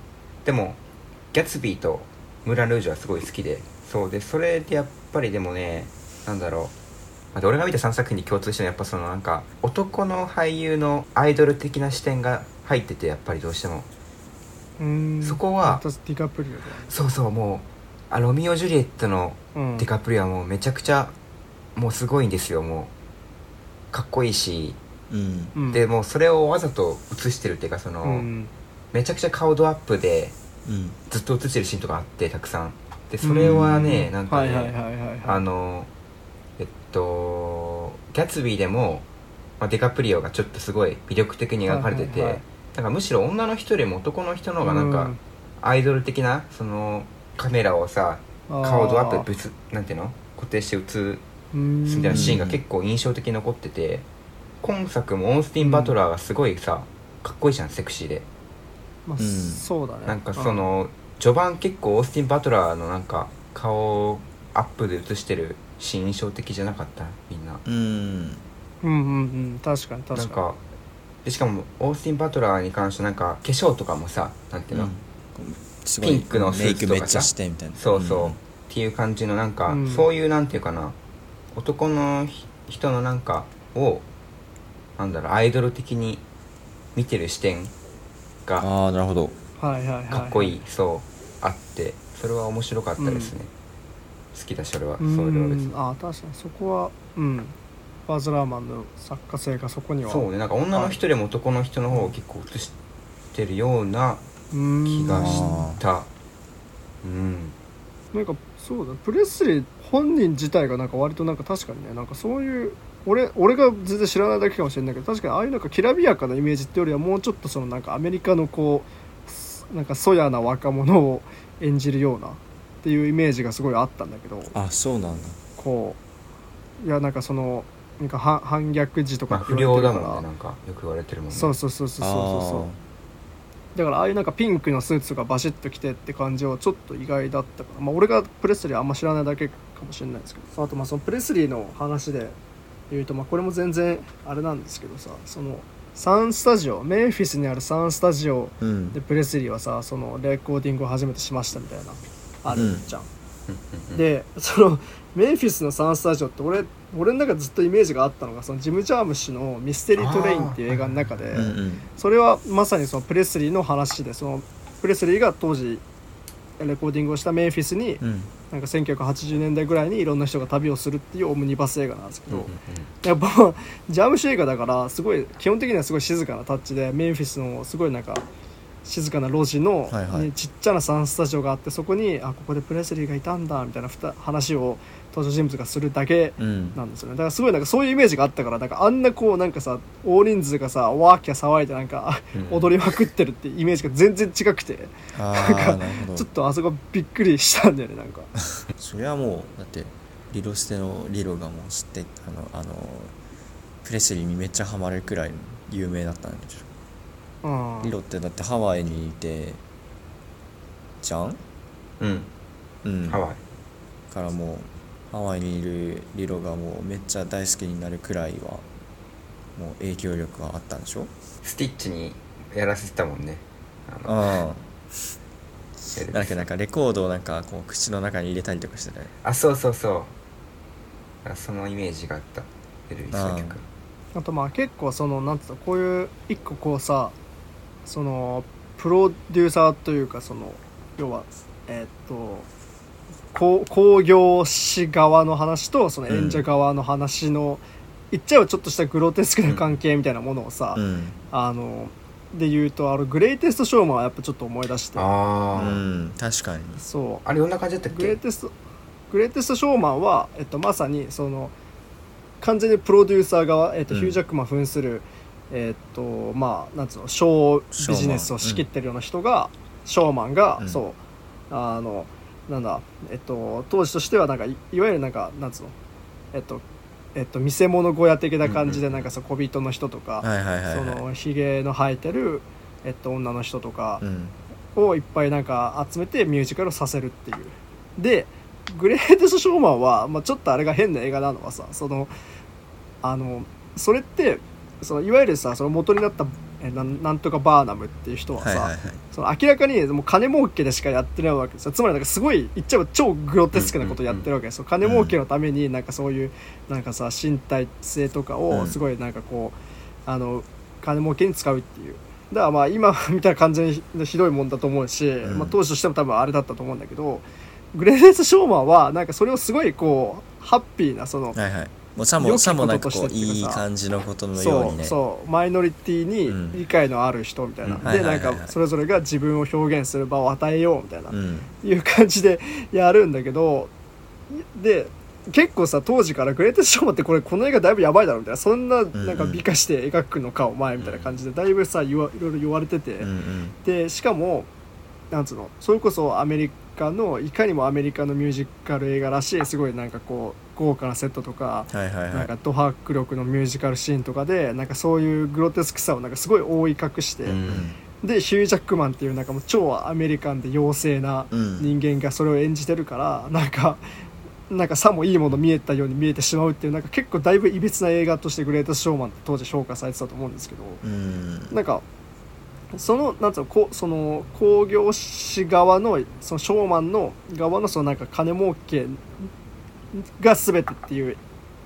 でもギャツビーとムーラン・ルージュはすごい好きでそうでそれでやっぱりでもねなんだろうあと俺が見た3作品に共通してるのはやっぱそのなんか男の俳優のアイドル的な視点が入っててやっぱりどうしてもうんそこはディカプリオだそうそうもうあロミオ・ジュリエットのね、うん、デカプリはもうめちゃくちゃもうすごいんですよもうかっこいいし、うんうんでもうそれをわざと映してるっていうかその、うんめちゃくちゃ顔ドアップでうんずっと映ってるシーンとかあってたくさんでそれはねうなんかね、はいはいはいはいはいあのえっとギャツビーでも、まあ、デカプリオがちょっとすごい魅力的に描かれてて、はいはいはいなんかむしろ女の人よりも男の人の方がなんか、アイドル的なそのカメラをさ顔ドアップでぶつなんていうの固定して映すみみたいなシーンがうん結構印象的に残ってて今作もオースティン・バトラーがすごいさかっこいいじゃんセクシーでまあ、うんそうだねなんかその序盤結構オースティン・バトラーのなんか顔をアップで映してるシーン印象的じゃなかったみんなうんうんうんうん確かに確かなんにかでしかもオースティン・バトラーに関してなんか化粧とかもさなんていうの、うんすごいピンクのスメイークツとめっかちさゃしてみたいなそうそう、んっていう感じのなんか、うんそういうなんていうかな男のひ人のなんかをなんだろうアイドル的に見てる視点がああなるほどはいはいはいかっこいい、そうあってそれは面白かったですね、好きだし俺はそれうんは別にあ確かにそこはうんバズ・ラーマンの作家性がそこにはそうねなんか女の人でも男の人の方を結構映してるようなうーん気がしたうんなんかそうだプレスリー本人自体がなんか割となんか確かにねなんかそういう俺俺が全然知らないだけかもしれないけど確かにああいうなんかきらびやかなイメージってよりはもうちょっとそのなんかアメリカのこうすなんかそやな若者を演じるようなっていうイメージがすごいあったんだけどあそうなんだこういやなんかそのなんか反反逆時とまかあって不言わ良れだてるかもら、んねなんかよく言われてるもんねそうそうそうそうそうそうそうあだからああいうなんかピンクのスーツとかバシッと着てって感じはちょっと意外だったから、まあ、俺がプレスリーあんま知らないだけかもしれないですけどあとまあそのプレスリーの話で言うとまあこれも全然あれなんですけどさそのサンスタジオメンフィスにあるサンスタジオーうんでプレスリーはさそのレコーディングを初めてしましたみたいなあるじゃん、うんでそのメンフィスのサンスタジオって俺俺の中でずっとイメージがあったのがそのジム・ジャーム氏の「ミステリー・トレイン」っていう映画の中で、うんうんそれはまさにそのプレスリーの話でそのプレスリーが当時レコーディングをしたメンフィスにうんなんか1980年代ぐらいにいろんな人が旅をするっていうオムニバス映画なんですけうんど、うんうんやっぱジャムシュ映画だからすごい基本的にはすごい静かなタッチでメンフィスのすごいなんか静かな路地の、はいはいねちっちゃなサンスタジオがあってそこにあここでプレスリーがいたんだみたいなふた話を登場人物がするだけうんなんですよねだからすごいなんかそういうイメージがあったからなんかあんなこうなんかさ大人数がさワーキャー騒いでなんかうん踊りまくってるってイメージが全然違くてああなるほちょどっとあそこびっくりしたんだよねなん かそれはもうだってリロステのリロがもう知ってあのあのプレスリーにめっちゃハマるくらい有名だったんでしょうんリロってだってハワイにいてじゃんうんうんハワイからもうハワイにいるリロがもうめっちゃ大好きになるくらいはもう影響力があったんでしょスティッチにやらせてたもんねあのあやるあだっけなんかレコードをなんかこう口の中に入れたりとかしてたよねあそうそうそうあそのイメージがあったエルビスの曲あとまあ結構そのなんつうのこういう一個こうさそのプロデューサーというかその要はえーっとこう興行師側の話とその演者側の話の、言っちゃえばちょっとしたグロテスクな関係みたいなものをさ、うんあので言うとあのグレイテストショーマンはやっぱちょっと思い出してああ、うん確かにそうあれどんな感じだったっグレイけテストグレイテストショーマンは、えっと、まさにその完全にプロデューサー側、えっとうんヒュージャックマン扮する、えっとまあなんつうのショービジネスを仕切ってるような人がショーマンが、うんそうあのなんだえっと当時としてはなんかいいわゆるなんかなんつうのえっとえっと見せ物小屋的な感じで、うんうんなんかさ小人の人とか、はいはいはいそはのひげの生えてる、えっと、女の人とかい、うんをいっぱいなんか集めてミュージカルをさせるっていうでグレーテスト・ショーマンは、まあ、ちょっとあれが変な映画なのはさそのあのそれってそのいわゆるさその元になったえなんなんとかバーナムっていう人はさ、はいはいはいその明らかにもう金儲けでしかやってないわけですよつまりなんかすごい言っちゃえば超グロテスクなことやってるわけですよ、金儲けのためになんかそういうなんかさ身体性とかうをんすごいなんかこうあの金儲けに使うっていうだからまあ今見たら完全にひどいもんだと思うし、んまあ、当時としても多分あれだったと思うんだけどグレーデス・ショーマンはなんかそれをすごいこうハッピーなそのはいはいもうさ良もきさもなんことかとしこてっうていうかさいい感じのことのようそにうねそうマイノリティうんに理解のある人みたいな、うんはいではいないはんはいかそれぞれが自分を表現する場を与えようみたいな、うんいう感じでやるんだけどで結構さ当時から「グレーテストショーマン」ってこれこの映画だいぶやばいだろみたいなそんなうんなんか美化して描くのかお前みたいな感じでだいぶさ言わいろいろ言われてて、うんうんでしかもなんつうのそれこそアメリカのいかにもアメリカのミュージカル映画らしいすごいなんかこう豪華なセットとか。はいはいはなんいかド迫力のミュージカルシーンとかでなんかそういうグロテスクさをなんかすごい覆い隠して、うんでヒュー・ジャックマンっていうなんかもう超アメリカンで妖精なうん人間がそれを演じてるからなんかなんかさもいいもの見えたように見えてしまうっていうなんか結構だいぶいびつな映画として「グレート・ショーマン」って当時評価されてたと思うんですけどうんなんかそのなんつうのこその工業士側のそのショーマンの側のそのなんか金儲けが全てっていう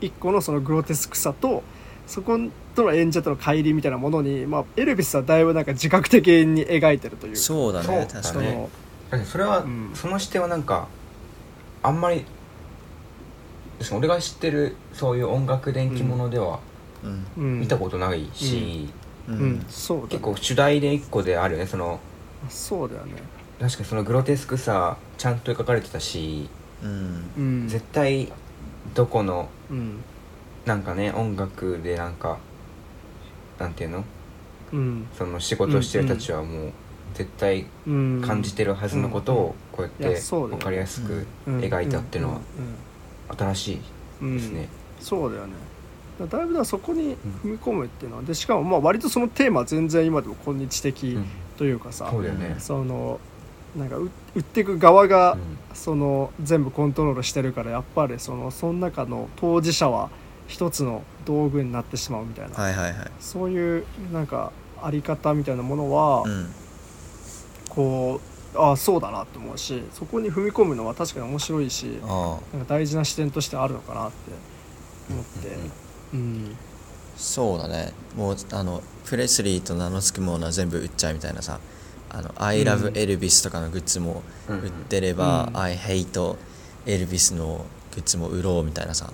一個のそのグロテスクさとそことの演者との乖離みたいなものに、まあ、エルヴィスはだいぶなんか自覚的に描いてるというそうだねそう確そかだにねのだけどそれは、うんその視点はなんかあんまりその俺が知ってるそういう音楽電気ものではうんうん見たことないし、ううんんそうだね結構主題で一個であるよねそのそうだよね確かにそのグロテスクさちゃんと描かれてたし、うんうん絶対どこのうんなんかね音楽でなんかなんていうのうんその仕事をしてる人たちはもう絶対うん感じてるはずのことをこうやっいてやそうだよね分かりやすくうん描いたっていうのは新しいうんうんうんですね。そうだよねだだいぶだからそこに踏み込むっていうのはでしかもまあ割とそのテーマは全然今でも今日的うんというかさ、そうだよね。そのなんかう売ってく側が、うんその全部コントロールしてるからやっぱりそのその中の当事者は一つの道具になってしまうみたいな、はいはいはいそういうなんかあり方みたいなものは、うんこうああそうだなと思うしそこに踏み込むのは確かに面白いしああなんか大事な視点としてあるのかなって思って。うんそうだねもうあのプレスリーと名の付くものは全部売っちゃうみたいなさあの「I う love んエルビス」とかのグッズもうんうん売ってればう「ん I hate エルビス」のグッズも売ろうみたいなさ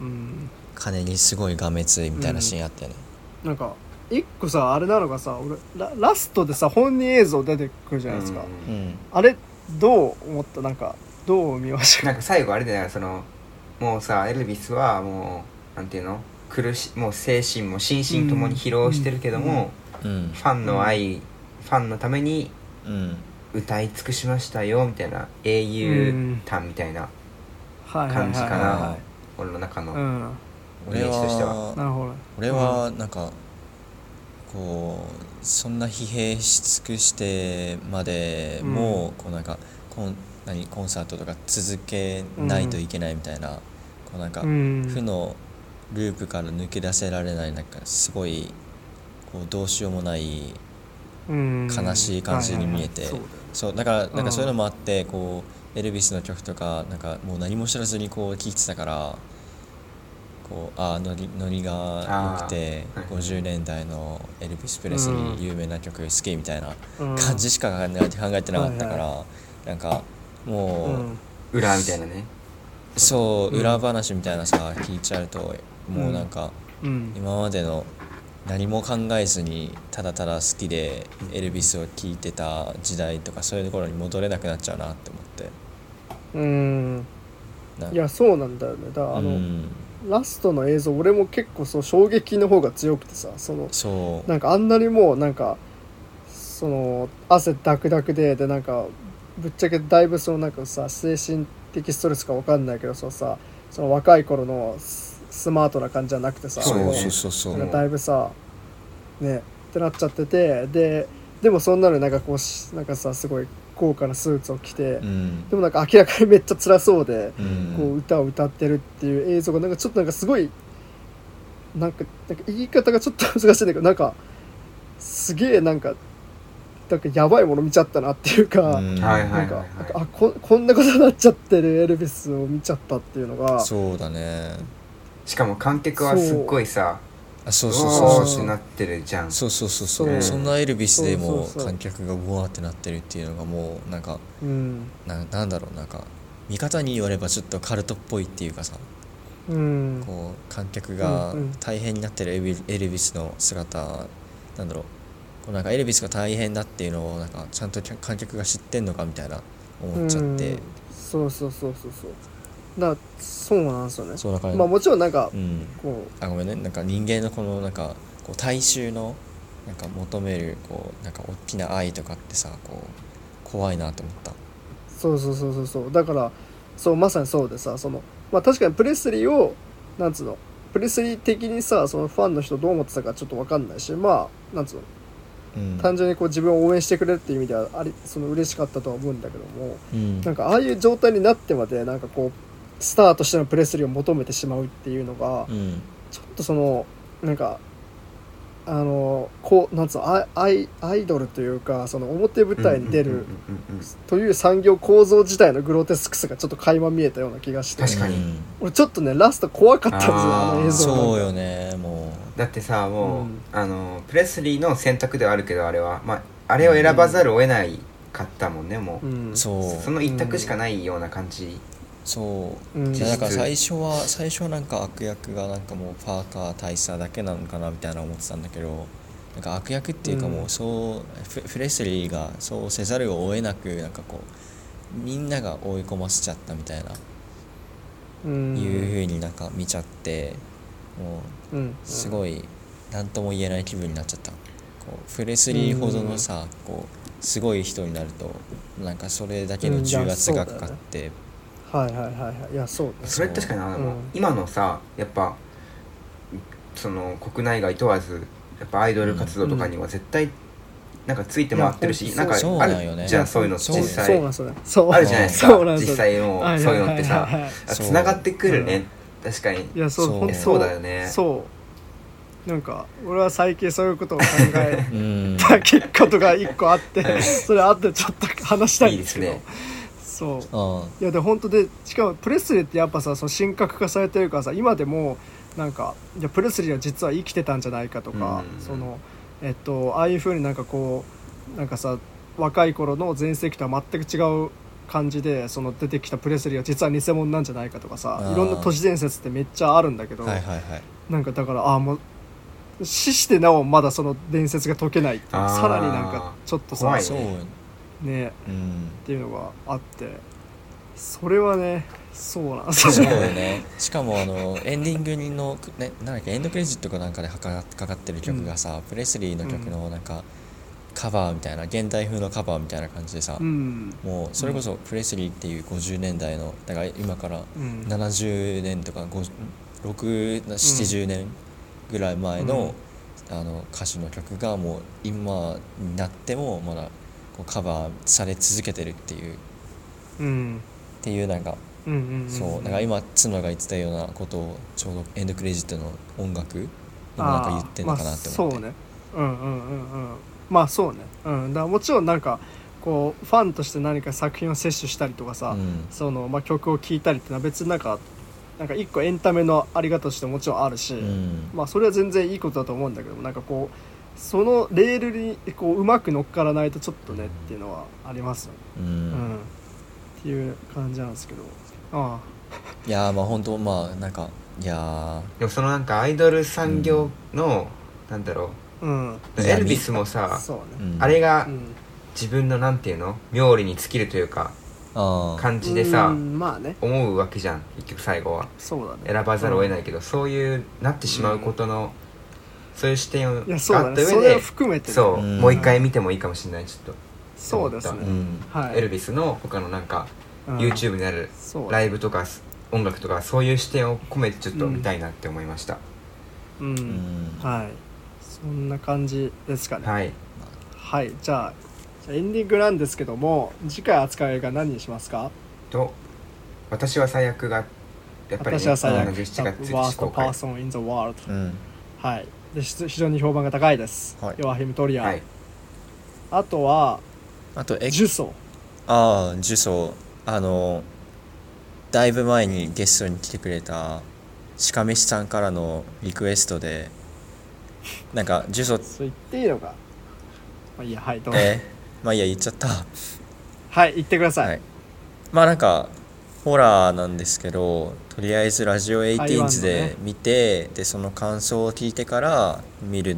うんうんうん金にすごいがめついみたいなシーンあったよね、なんか一個さあれなのがさ俺ララストでさ本人映像出てくるじゃないですか、うんうんううんん、あれどう思ったなんかどう見ましたなんか最後あれだよそのもうさエルヴィスはもうなんていうの苦しもう精神も心身ともに疲労してるけども、うんファンの愛、ファンのためにうん歌い尽くしましたよみたいな英雄譚みたいなはいはい 感じかな、ははい俺の中いの、うんイメ俺ージとしてはなはるほど俺はなんかこうそんな疲弊し尽くしてまでも、こうなんかコン何コンサートとか続けないといけないみたいな、こうなんか、うん負のループから抜け出せられないなんかすごいこうどうしようもないうん悲しい感じに見えてはいはいはいそうだからなんうかんそういうのもあってこうエルヴィスの曲とかなんかもう何も知らずにこう聴いてたからこうああノリノリが良くてあーはい50年代のエルヴィス・プレスリー有名な曲好きみたいなそうだようん感じしか考え考えてなかったかはらなんかうもうん裏みたいなねそううん裏話みたいなさ聞いちゃうともうなんか。うん今までの何も考えずにただただ好きでエルヴィスを聴いてた時代とかそういうところに戻れなくなっちゃうなって思ってうんなんいやそうなんだよねだからあうのん、ラストの映像俺も結構そう衝撃の方が強くてさそのそうなんかあんなにもうなんかその汗ダクダクででなんかぶっちゃけだいぶそのなんかさ精神的ストレスかわかんないけどそうさその若い頃のススマートな感じじゃなくてさそだようねそうそうそうなんかだいぶさねってなっちゃっててででもそんなのになんかこうしなんかさすごい豪華なスーツを着て、うんでもなんか明らかにめっちゃ辛そうで、うんこう歌を歌ってるっていう映像がなんかちょっとなんかすごいなんかなんか言い方がちょっと難しいんだけどなんかすげえなんかなんかやばいもの見ちゃったなっていうか、うんはいはいなんか、あここんなことになっちゃってるエルヴィスを見ちゃったっていうのがそうだねしかも観客はすっごいさあそううおそうーそうっそてうなってるじゃんそうそうそうそう、うんそんなエルヴィスでそうもそうそう観客がボワーってなってるっていうのがもうなんかうんななんだろうなんか見方によればちょっとカルトっぽいっていうかさうんこう観客がうんうん大変になってるエルヴィエルヴィスの姿なんだろうこうなんかエルヴィスが大変だっていうのをなんかちゃんと観客が知ってんのかみたいな思っちゃって、うんそうそうそうそうそうだからそうなんですよねそうだから、まあもちろんなんかうん、こあごめんねなんか人間のこのなんかこう大衆のなんか求めるこうなんか大きな愛とかってさこう怖いなと思ったうそうそうそうそうそうだからそうまさにそうでさそのまあ確かにプレスリーをなんつうのプレスリー的にさそのファンの人どう思ってたかちょっとわかんないしまあなんつうのうん単純にこう自分を応援してくれるっていう意味ではありその嬉しかったとは思うんだけどもうんなんかああいう状態になってまでなんかこうスターとしてのプレスリーを求めてしまうっていうのがうんちょっとそのなんかあのこうなんつうのアイアイアイドルというかその表舞台に出うんうんるうんうんという産業構造自体のグロテスクさがちょっと垣間見えたような気がして確かにうん俺ちょっとねラスト怖かったんですよあーあの映像がそうよねもだってさもう、うんあのプレスリーの選択ではあるけどあれは、まあ、あれを選ばざるを得ないかったもんねもう、うんうそそうの一択しかないような感じ、そう、うんだか実ら質最初は最初はなんか悪役がなんかもうパーカー大佐だけなのかなみたいな思ってたんだけどなんか悪役っていうかうんもうそうフフレスリーがそうせざるを得なくなんかこうみんなが追い込ませちゃったみたいな、うんいうふうになんか見ちゃってもううんすごい何とも言えない気分になっちゃったこうフレスリーほどのさ、こうすごい人になるとなんかそれだけの重圧がかかって、はいはいはいはいいやそうねそれ確かにあの、うん今のさやっぱその国内外問わずやっぱアイドル活動とかには絶対なんかついて回ってるし、いやなんかそうあそうなんよるねじゃんそういうの実そう際そうなんそれそうあるじゃないですそうかなん実それ際もうそういうのってはいはさいはいはいそうつながってくるね、確かにいやそうそう本当そうだよねそうなんか俺は最近そういうことを考えうん た結果とか一個あって、はいそれあってちょっと話したいいんいでですすけどねそういうんやで本当でしかもプレスリーってやっぱさその神格化されてるからさ今でもなんかいやプレスリーは実は生きてたんじゃないかとか、うんそのえっとああいうふうになんかこうなんかさ若い頃の全盛期とは全く違う感じでその出てきたプレスリーは実は偽物なんじゃないかとかあさーいろんな都市伝説ってめっちゃあるんだけど、はいはいはいなんかだからああもう死してなおまだその伝説が解けないっていうあーさらになんかちょっとさ怖いねそうねうんっていうのがあってそれはねそうなんですそうよよねねしかもあのエンディングにの、ね、なんだっけエンドクレジットかなんかでかかかかってる曲がさ、プレスリーの曲のなんか、カバーみたいな現代風のカバーみたいな感じでさ、うんもうそれこそプレスリーっていう50年代のだから今からうん70年とか670年ぐらい前の,、あの歌手の曲がもう今になってもまだこうカバーされ続けてるっていうっうんていうなんか、うんうんそうだから今角が言ってたようなことをちょうどエンドクレジットの音楽にもなんか言ってんのかなって思って、あーまあ、そうねうんうんうんうんまあそうねうんだからもちろんなんかこうファンとして何か作品を摂取したりとかさ、うんそのまあ、曲を聴いたりってのは別になんかなんか一個エンタメのありがとしてもちろんあるし、うんまあそれは全然いいことだと思うんだけどもなんかこうそのレールにこううまく乗っからないとちょっとねっていうのはありますよねうんうん、っていう感じなんですけどあいやーまあ本当まあなんかいやーでもそのなんかアイドル産業の、なんだろあうんういやエルビスもさ、そううねんあれがうん自分のなんていうの妙利に尽きるというかあー感じでさ、うんまあね思うわけじゃん結局最後はそうだね選ばざるを得ない、ないけど、そういうなってしまうことの、そういう視点をうんいやそうだがあっねたそ上れでを含めてねそう、うんもう一回見てもいいかもしれないちょっそうですね、うんと、はいエルビスの他のなんか、うん YouTube にあるそうライブとか音楽とかそういう視点を込めてちょっと見たいなって思いました、うん、うんはいそんな感じですかねはい、はいじゃあじゃあエンディングなんですけども次回扱う映画何にしますかと私は最悪がやっぱり、私は最悪同じ7月 The 1日 worst 公開 person in the world うんはいでし非常に評判が高いです、はいヨアヒム・トリアン、はいあとはあと「エ呪詛ああ、呪詛、あの、だいぶ前にゲストに来てくれた、しかめしさんからのリクエストで、なんか、呪」詛っそう言っていいのかまあいいやはいどうぞ て、まあいいや、言っちゃった。ははい言ってください、い。まあなんか、ホラーなんですけど、とりあえずラジオ台湾のね18で見て、で、その感想を聞いてから見る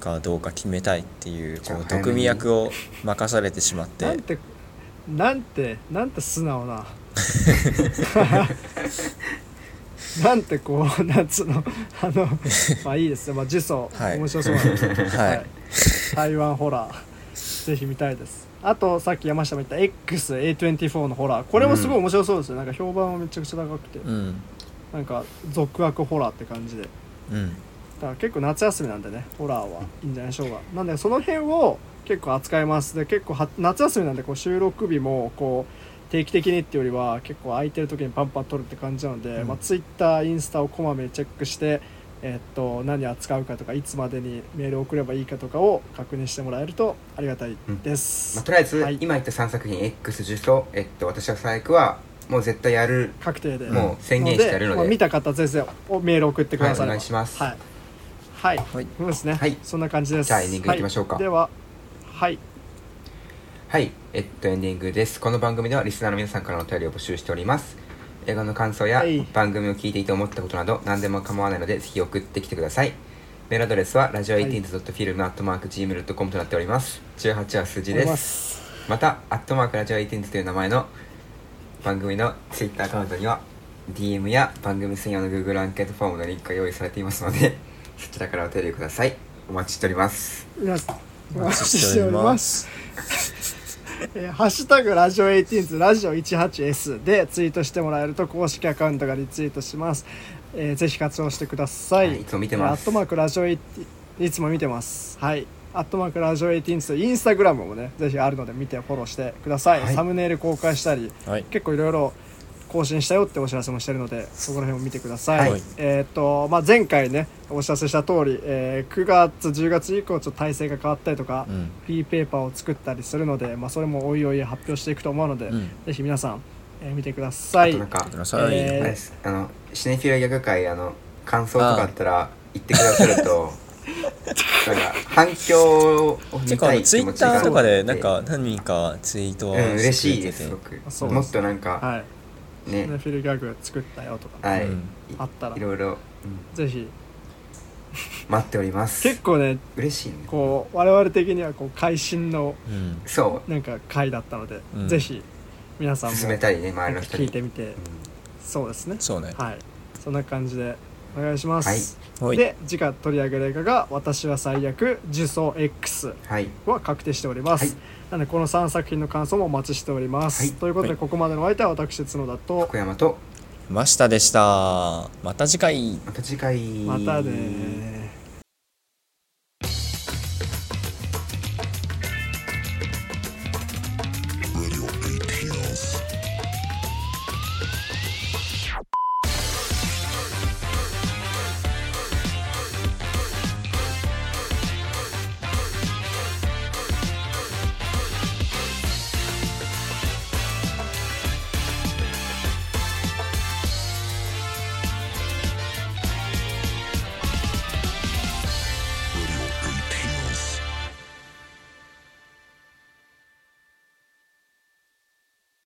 かどうか決めたいっていう、じゃあ早めこう、に特味役を任されてしまっなてん、てなんてなんて素直 ななんてこうなんつうのあのまあいいですねまあ呪詛、はい面白そうなんですけどはい台湾ホラーぜひ見たいですあとさっき山下も言った XA24 のホラーこれもすごい面白そうですよ、なんか評判はめちゃくちゃ高くて、うん、なんか俗悪ホラーって感じでだうん、から結構夏休みなんでねホラーはいいんじゃないでしょうかなんでその辺を結構扱いますで結構は夏休みなんでこう収録日もこう定期的にっていうよりは結構空いてる時にパンパン撮るって感じなので、うんまあ、Twitter インスタをこまめにチェックしてえっと何扱うかとかいつまでにメール送ればいいかとかを確認してもらえるとありがたいです、まあ、とりあえず、はい今言った3作品 X 受賞、えっと、私は最悪はもう絶対やる確定でもう宣言してやるのでまあ見た方先生おメール送ってくださはい、いお願いしますはい、はいはいそうですね、はいそんな感じですじゃあエンディングいきましょうかはいでははいはい、えっと、エンディングです。この番組ではリスナーの皆さんからのお便りを募集しております。映画の感想やはい番組を聞いていて思ったことなど何でも構わないのでぜひ送ってきてください。メールアドレスはラジオい 18s.film.gmail.com となっております。18は数字終わで。りますすまた、アットマークラジオ 18s という名前の番組の Twitter アカウントには DM や番組専用の Google アンケートフォームのリンクが用意されていますので そちらからお便りください。お待ちしております。皆さんおお待待ちちししてておおりりまます えーハッシュタグラジオ18ラジオ 18S でツイートしてもらえると公式アカウントがリツイートします、えーぜひ活用してください、はいいつも見てますえーアットマークラジオ18いつも見てますはいアットマークラジオ18とインスタグラムもねぜひあるので見てフォローしてください、はいサムネイル公開したりはい結構いろいろ更新したよってお知らせもしてるのでそこら辺を見てください、はいえーっとまあ、前回ねお知らせした通り、えー9月10月以降ちょっと体制が変わったりとか、うんフリーペーパーを作ったりするので、まあ、それもおいおい発表していくと思うので、うんぜひ皆さん、えー見てくださあいとなんかください、えあれですあのシネフィラ逆会あの感想とかあったら言ってくださると なんか反響を結見構あたのいツイ気ッ持ちタがあーってとかでなんか何人かツイーうんトはしてくれてて、嬉しいですすごくそうもっとなんか、はい、ねネフィルギャグ作ったよとか、はい、うんいあったらいろいろ、うんぜひ待っております結構ね嬉しいねこう我々的にはこう会心のうんそなんか回だったので、うんぜひ皆さうんも進めたいね周りの人聞にいてみてそうですねそうねはいそんな感じでお願いします、はいで次回取り上げる映画が「私は最悪受賞 X うん」はいは確定しております、はいなのでこの3作品の感想もお待ちしております、はいということではいここまでのお相手は私角田と福山とましたでしたまた次回また次回またねー